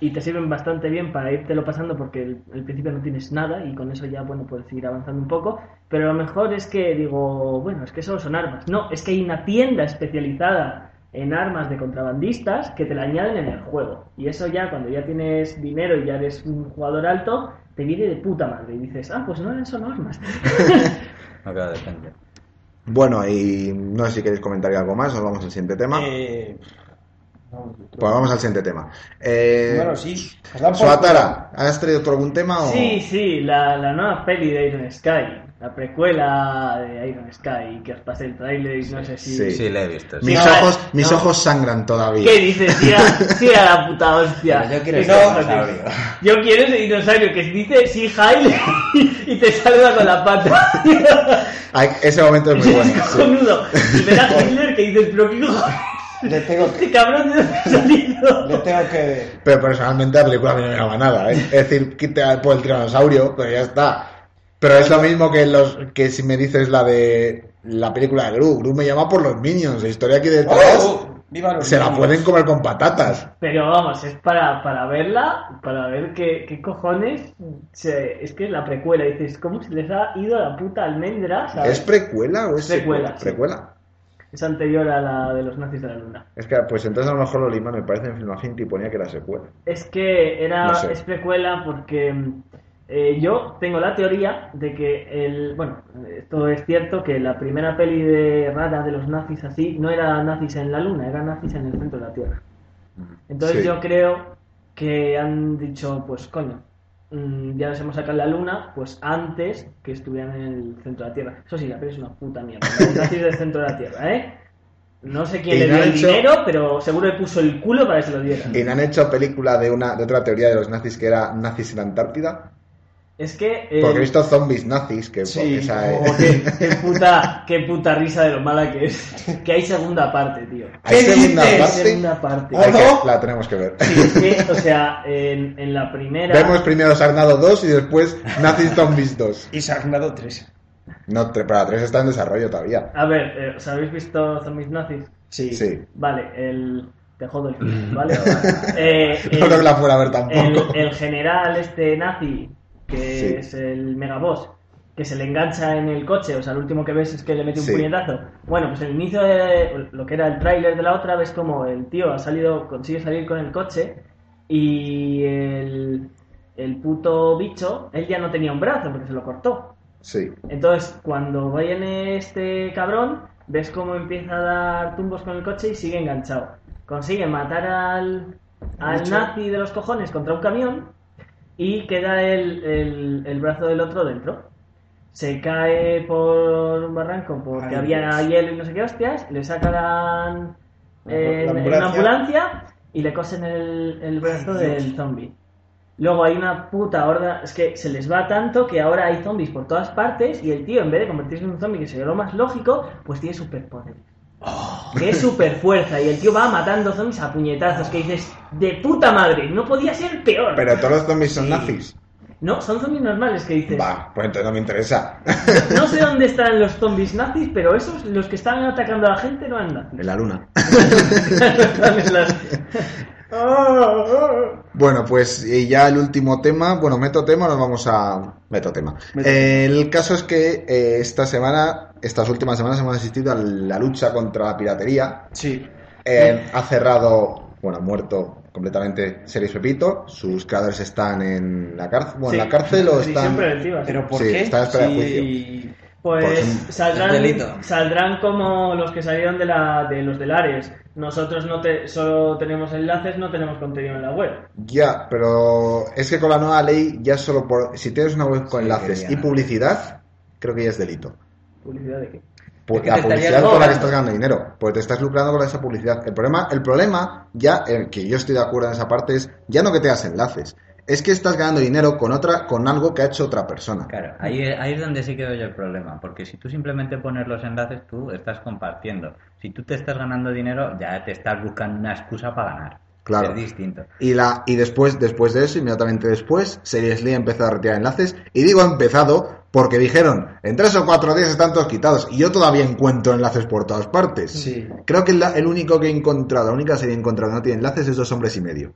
y te sirven bastante bien para lo pasando porque el, el principio no tienes nada y con eso ya bueno puedes ir avanzando un poco pero lo mejor es que digo bueno es que solo son armas no es que hay una tienda especializada en armas de contrabandistas que te la añaden en el juego y eso ya cuando ya tienes dinero y ya eres un jugador alto te viene de puta madre y dices ah pues no eran son armas
No queda defender.
Bueno, y no sé si queréis comentar algo más, nos vamos al siguiente tema.
Eh, no, yo creo-
Pues vamos al siguiente tema. Eh,
Bueno, sí. pues Has dado por-
Suatara, ¿has traído tú algún tema o...?
Sí, sí, la, la nueva peli de Iron Sky, la precuela de Iron Sky, que os pasé el tráiler y no sé si...
Sí.
Sí, le he visto. sí.
Mis,
No, eh,
ojos, mis
no.
ojos sangran todavía.
¿Qué dices? Tira, tira la puta hostia.
Pero yo quiero
Que
ese
cojones.
dinosaurio.
Yo quiero ese dinosaurio que dice sí, Jaile y te salva con la pata.
Ay, ese momento es muy
es
bueno. sí.
cojonudo. Y ver a Hitler que dices, pero qué cojones.
Le tengo que,
Este cabrón de dónde ha
le
salido.
tengo que ver.
Pero personalmente la película a mí no me llama nada, ¿eh? Es decir, quita por el tiranosaurio, pero ya está. Pero es lo mismo que los que si me dices la de la película de Gru. Gru me llama por los Minions. La historia aquí detrás
¡Oh! ¡Viva los
se la
niños!
pueden comer con patatas.
Pero vamos, es para, para verla, para ver qué, qué cojones. se- es que es la precuela, dices, ¿cómo se les ha ido la puta almendra? ¿sabes?
¿Es precuela o es secuela?
Precuela, sí.
Precuela.
Es anterior a la de los nazis de la luna.
Es que, pues entonces a lo mejor lo lima me parece en Filmagenti y ponía que era secuela.
Es que era
No sé.
es precuela porque mm, eh, yo tengo la teoría de que el bueno esto es cierto que la primera peli de rara de los nazis así no era nazis en la luna era nazis en el centro de la tierra. Entonces
Sí.
yo creo que han dicho pues coño mm, ya nos hemos sacado la luna pues antes que estuvieran en el centro de la tierra. Eso sí la peli es una puta mierda. Los nazis del centro de la tierra, ¿eh? No sé quién
Y
le
no
dio
han
el
hecho-
dinero, pero seguro le puso el culo para que se lo diera.
Y no han hecho película de una de otra teoría de los nazis que era nazis en Antártida.
Es que. eh,
Porque he visto zombies nazis que pues,
Sí,
esa-
oh, qué, qué puta, qué puta risa de lo mala que es. Que hay segunda parte, tío.
hay
¿Qué
segunda
dices?
Hay
parte.
segunda parte.
hay que-
¿Ojo?
la tenemos que ver.
Sí, es que, o sea, en, en la primera.
Vemos primero Sarnado 2 y después Nazis Zombies 2.
Y se han dado tres.
No, tre- para 3 está en desarrollo todavía.
A ver, eh, ¿os habéis visto Zombies Nazis?
Sí.
Sí.
Vale, el. Te jodo el final, ¿vale? Eh,
No creo que la fuera a ver tampoco.
el, el general este nazi, que
Sí.
es el megaboss, que se le engancha en el coche, o sea, lo último que ves es que le mete un
Sí.
puñetazo. Bueno, pues en el inicio de lo que era el tráiler de la otra, ves como el tío ha salido, consigue salir con el coche y el, el puto bicho, él ya no tenía un brazo porque se lo cortó.
Sí.
Entonces, cuando viene este cabrón, ves cómo empieza a dar tumbos con el coche y sigue enganchado. Consigue matar al, al nazi de los cojones contra un camión y queda el, el- el brazo del otro dentro. Se cae por un barranco
Ay,
porque había
Dios.
hielo y no sé qué hostias, le sacan en,
La
en una ambulancia y le cosen el, el brazo
Ay, Dios.
del zombie. Luego hay una puta horda, es que se les va tanto que ahora hay zombies por todas partes y el tío en vez de convertirse en un zombie que sería lo más lógico, pues tiene superpoderes.
Oh.
Que es super fuerza y el tío va matando zombies a puñetazos que dices, de puta madre, no podía ser peor.
Pero todos los zombies son
Sí.
nazis.
No, son zombies normales que dices.
Va, pues entonces no me interesa.
No sé dónde están los zombies nazis, pero esos, los que estaban atacando a la gente, no eran nazis.
En la luna.
Las-
Bueno, pues y ya el último tema, bueno, meto tema, nos vamos a meto tema. Eh, el caso es que eh, esta semana, estas últimas semanas hemos asistido a la lucha contra la piratería.
Sí.
Eh, ha cerrado, bueno, ha muerto completamente Series Pepito. Sus creadores están en la cárcel, bueno, en la cárcel o
Prisión
están
preventiva, sí.
Pero ¿por
Sí,
qué?
está en espera de
Sí.
Pues,
Pues
delito.
saldrán, saldrán como los que salieron de, la, de los del Ares. Nosotros no te, solo tenemos enlaces, no tenemos contenido en la web.
Ya, pero es que con la nueva ley ya solo por si tienes una web con
Sí,
enlaces
que
y
ya.
publicidad, creo que ya es delito.
Publicidad de qué.
Por
que
la
te estarías
publicidad con la que
robando.
estás ganando dinero, porque te estás lucrando con esa publicidad. El problema, el problema ya, el que yo estoy de acuerdo en esa parte, es ya no que tengas enlaces, es que estás ganando dinero con otra, con algo que ha hecho otra persona.
Claro, ahí, ahí es donde sí que veo yo el problema, porque si tú simplemente pones los enlaces, tú estás compartiendo. Si tú te estás ganando dinero, ya te estás buscando una excusa para ganar.
Claro.
Es distinto.
Y la, y después, después de eso, inmediatamente después, Seriesly ha empezado a retirar enlaces, y digo ha empezado porque dijeron, en tres o cuatro días están todos quitados, y yo todavía encuentro enlaces por todas partes.
Sí.
Creo que la- el único que he encontrado, la única serie que he encontrado que no tiene enlaces es dos hombres y medio.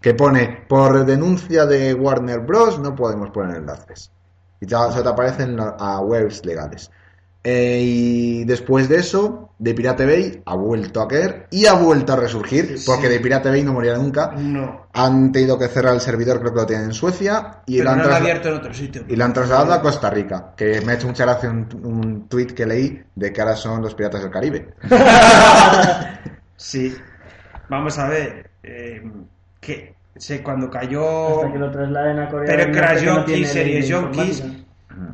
Que pone, por denuncia de Warner Bros. no podemos poner enlaces. Y ya o sea, te aparecen la- a webs legales. Eh, y después de eso, de Pirate Bay ha vuelto a caer y ha vuelto a resurgir,
Sí.
porque de Pirate Bay no moría nunca.
No.
Han tenido que cerrar el servidor, creo que lo tienen en Suecia, y
Pero
lo han
lo han
trasla-
abierto en otro sitio.
y la han trasladado a Costa Rica, que me ha hecho mucha gracia un, un tweet que leí de que ahora son los piratas del Caribe.
Sí. Vamos a ver. eh, que se, cuando
Hasta que
cayó.
lo trasladen a Corea.
Pero
del Norte, que no
Crayonki,
tiene
Series
línea
Yonkis,
informática.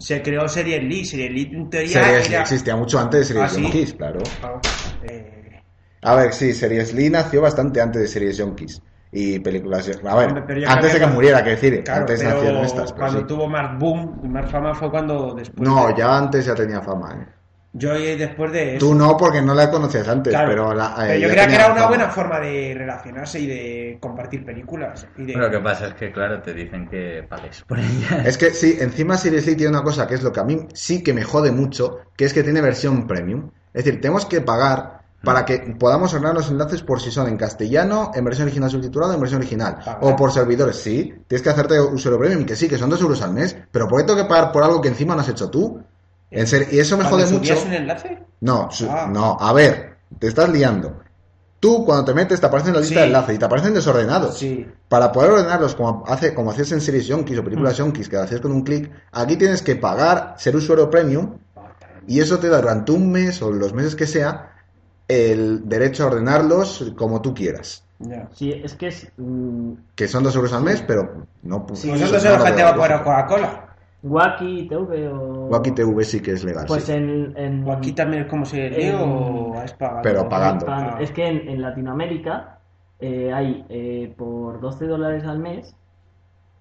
Se creó Series Lee. Series Lee en teoría
Series Lee
era-
existía mucho antes de Series
¿Ah, sí?
Yonkis, claro.
Ah, eh,
A ver, sí, Series Lee nació bastante antes de Series Yonkis y películas. A ver,
Hombre, pero ya
antes de que
cambiaba.
muriera, que decir,
claro,
antes
pero
nacieron estas. pero
cuando
sí.
tuvo más boom y más fama fue cuando después.
No,
de-
ya antes ya tenía fama. ¿eh?
Yo eh, después de eso.
Tú no, porque no la conocías antes,
Claro.
pero, la, eh,
Pero yo
ya
creía que
tenía
era una
fama.
buena forma de relacionarse y de compartir películas. Y de...
Lo que pasa es que, claro, te dicen que pagues por ella.
Es que sí, encima Series Lee tiene una cosa que es lo que a mí sí que me jode mucho, que es que tiene versión premium. Es decir, tenemos que pagar
Mm.
para que podamos ordenar los enlaces por si son en castellano, en versión original subtitulada o en versión original.
Ah,
Pagar.
O por servidores, sí. Tienes que hacerte usuario premium, que sí, que son dos euros al mes. Pero ¿por qué tengo que pagar por algo que encima no has hecho tú? En serio, y eso me
¿Cuando
jode mucho.
subías un enlace?
No, su-
Ah.
no, a ver, te estás liando. Tú cuando te metes te aparecen la lista
Sí.
de enlaces y te aparecen desordenados.
Sí.
Para poder ordenarlos como, hace, como hacías en series Yonkis o películas Yonkis, que lo hacías con un clic, aquí tienes que pagar, ser usuario premium, y eso te da durante un mes o los meses que sea el derecho a ordenarlos como tú quieras.
Ya.
Sí, es que es. mm,
Que son dos euros al mes, pero no... pues,
Si
no
vosotros
lo
solo
veo
gente va a poner
lógico.
Coca-Cola.
Wacky TV o.
Wacky TV sí que es legal,
Pues
sí.
en. en
O aquí también es como si el
Eh,
Leo has pagado.
Mm. pero pagando.
Ah, Es que en, en Latinoamérica eh, hay eh, por 12 dólares al mes,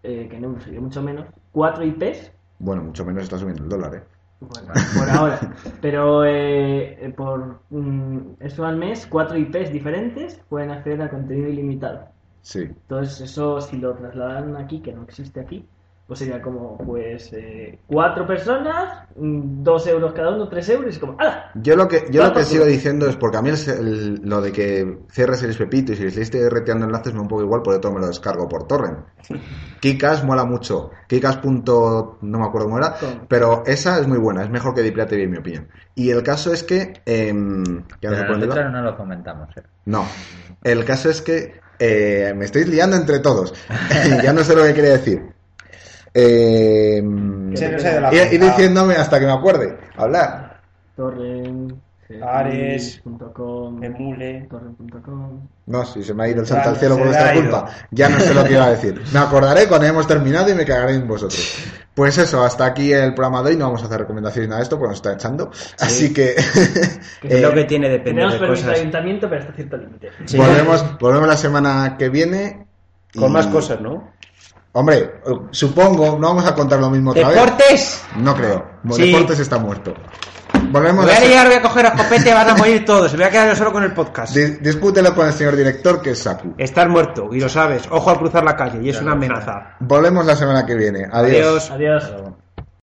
eh, que en euros sería mucho menos, 4 IPs
Bueno, mucho menos está subiendo el dólar, ¿eh?
Bueno, por ahora. Pero eh, eh, por mm, eso al mes, cuatro IPs diferentes pueden acceder a contenido ilimitado.
Sí.
Entonces, eso si lo trasladan aquí, que no existe aquí, pues sería como, pues, eh, cuatro personas, mm, dos euros cada uno, tres euros, y es como, ¡ala!
Yo lo que, yo lo
Tanto
que
tú.
sigo diciendo es porque a mí el- el- lo de que cierres el Pepito y si le estáis reteando enlaces me da un poco igual, por de todo me lo descargo por torrent. Kikas mola mucho. Kikas. punto- no me acuerdo cómo era,
Com.
pero esa es muy buena, es mejor que Diplate bien, en mi opinión. Y el caso es que. em, que ahora se
Pero
pueden
nosotros
dudar.
no lo comentamos. ¿eh?
No. El caso es que eh, me estáis liando entre todos. ya no sé lo que quería decir. Em,
Se nos ha ido la
ir, ir
pinta.
diciéndome hasta que me acuerde. Hablar.
Torrent,
Ares,
.com,
Emule.
torrent.com.
No, si se me ha ido el santo
Vale,
al cielo
se
por
le
vuestra
ha ido.
culpa. Ya no sé lo que iba a decir. Me acordaré cuando hayamos terminado y me cagaré en vosotros. Pues eso, hasta aquí el programa de hoy. No vamos a hacer recomendaciones ni nada de esto porque nos está echando. Así que
Es
eh,
lo que tiene depender
Tenemos
de
permiso de
cosas.
ayuntamiento, pero hasta cierto límite.
Sí.
volvemos, volvemos la semana que viene. y-
Con más cosas, ¿no?
Hombre, supongo, no vamos a contar lo mismo otra vez.
¡Deportes!
No creo.
Sí.
Deportes está muerto. Volvemos
Voy
la
a
se-
liar, voy a coger a copete, van a morir todos. Me voy a quedar yo solo con el podcast.
Di- Discútelo con el señor director que es Saku.
Estás muerto y lo sabes. Ojo al cruzar la calle y es una amenaza.
Volvemos la semana que viene. Adiós.
Adiós.
Adiós.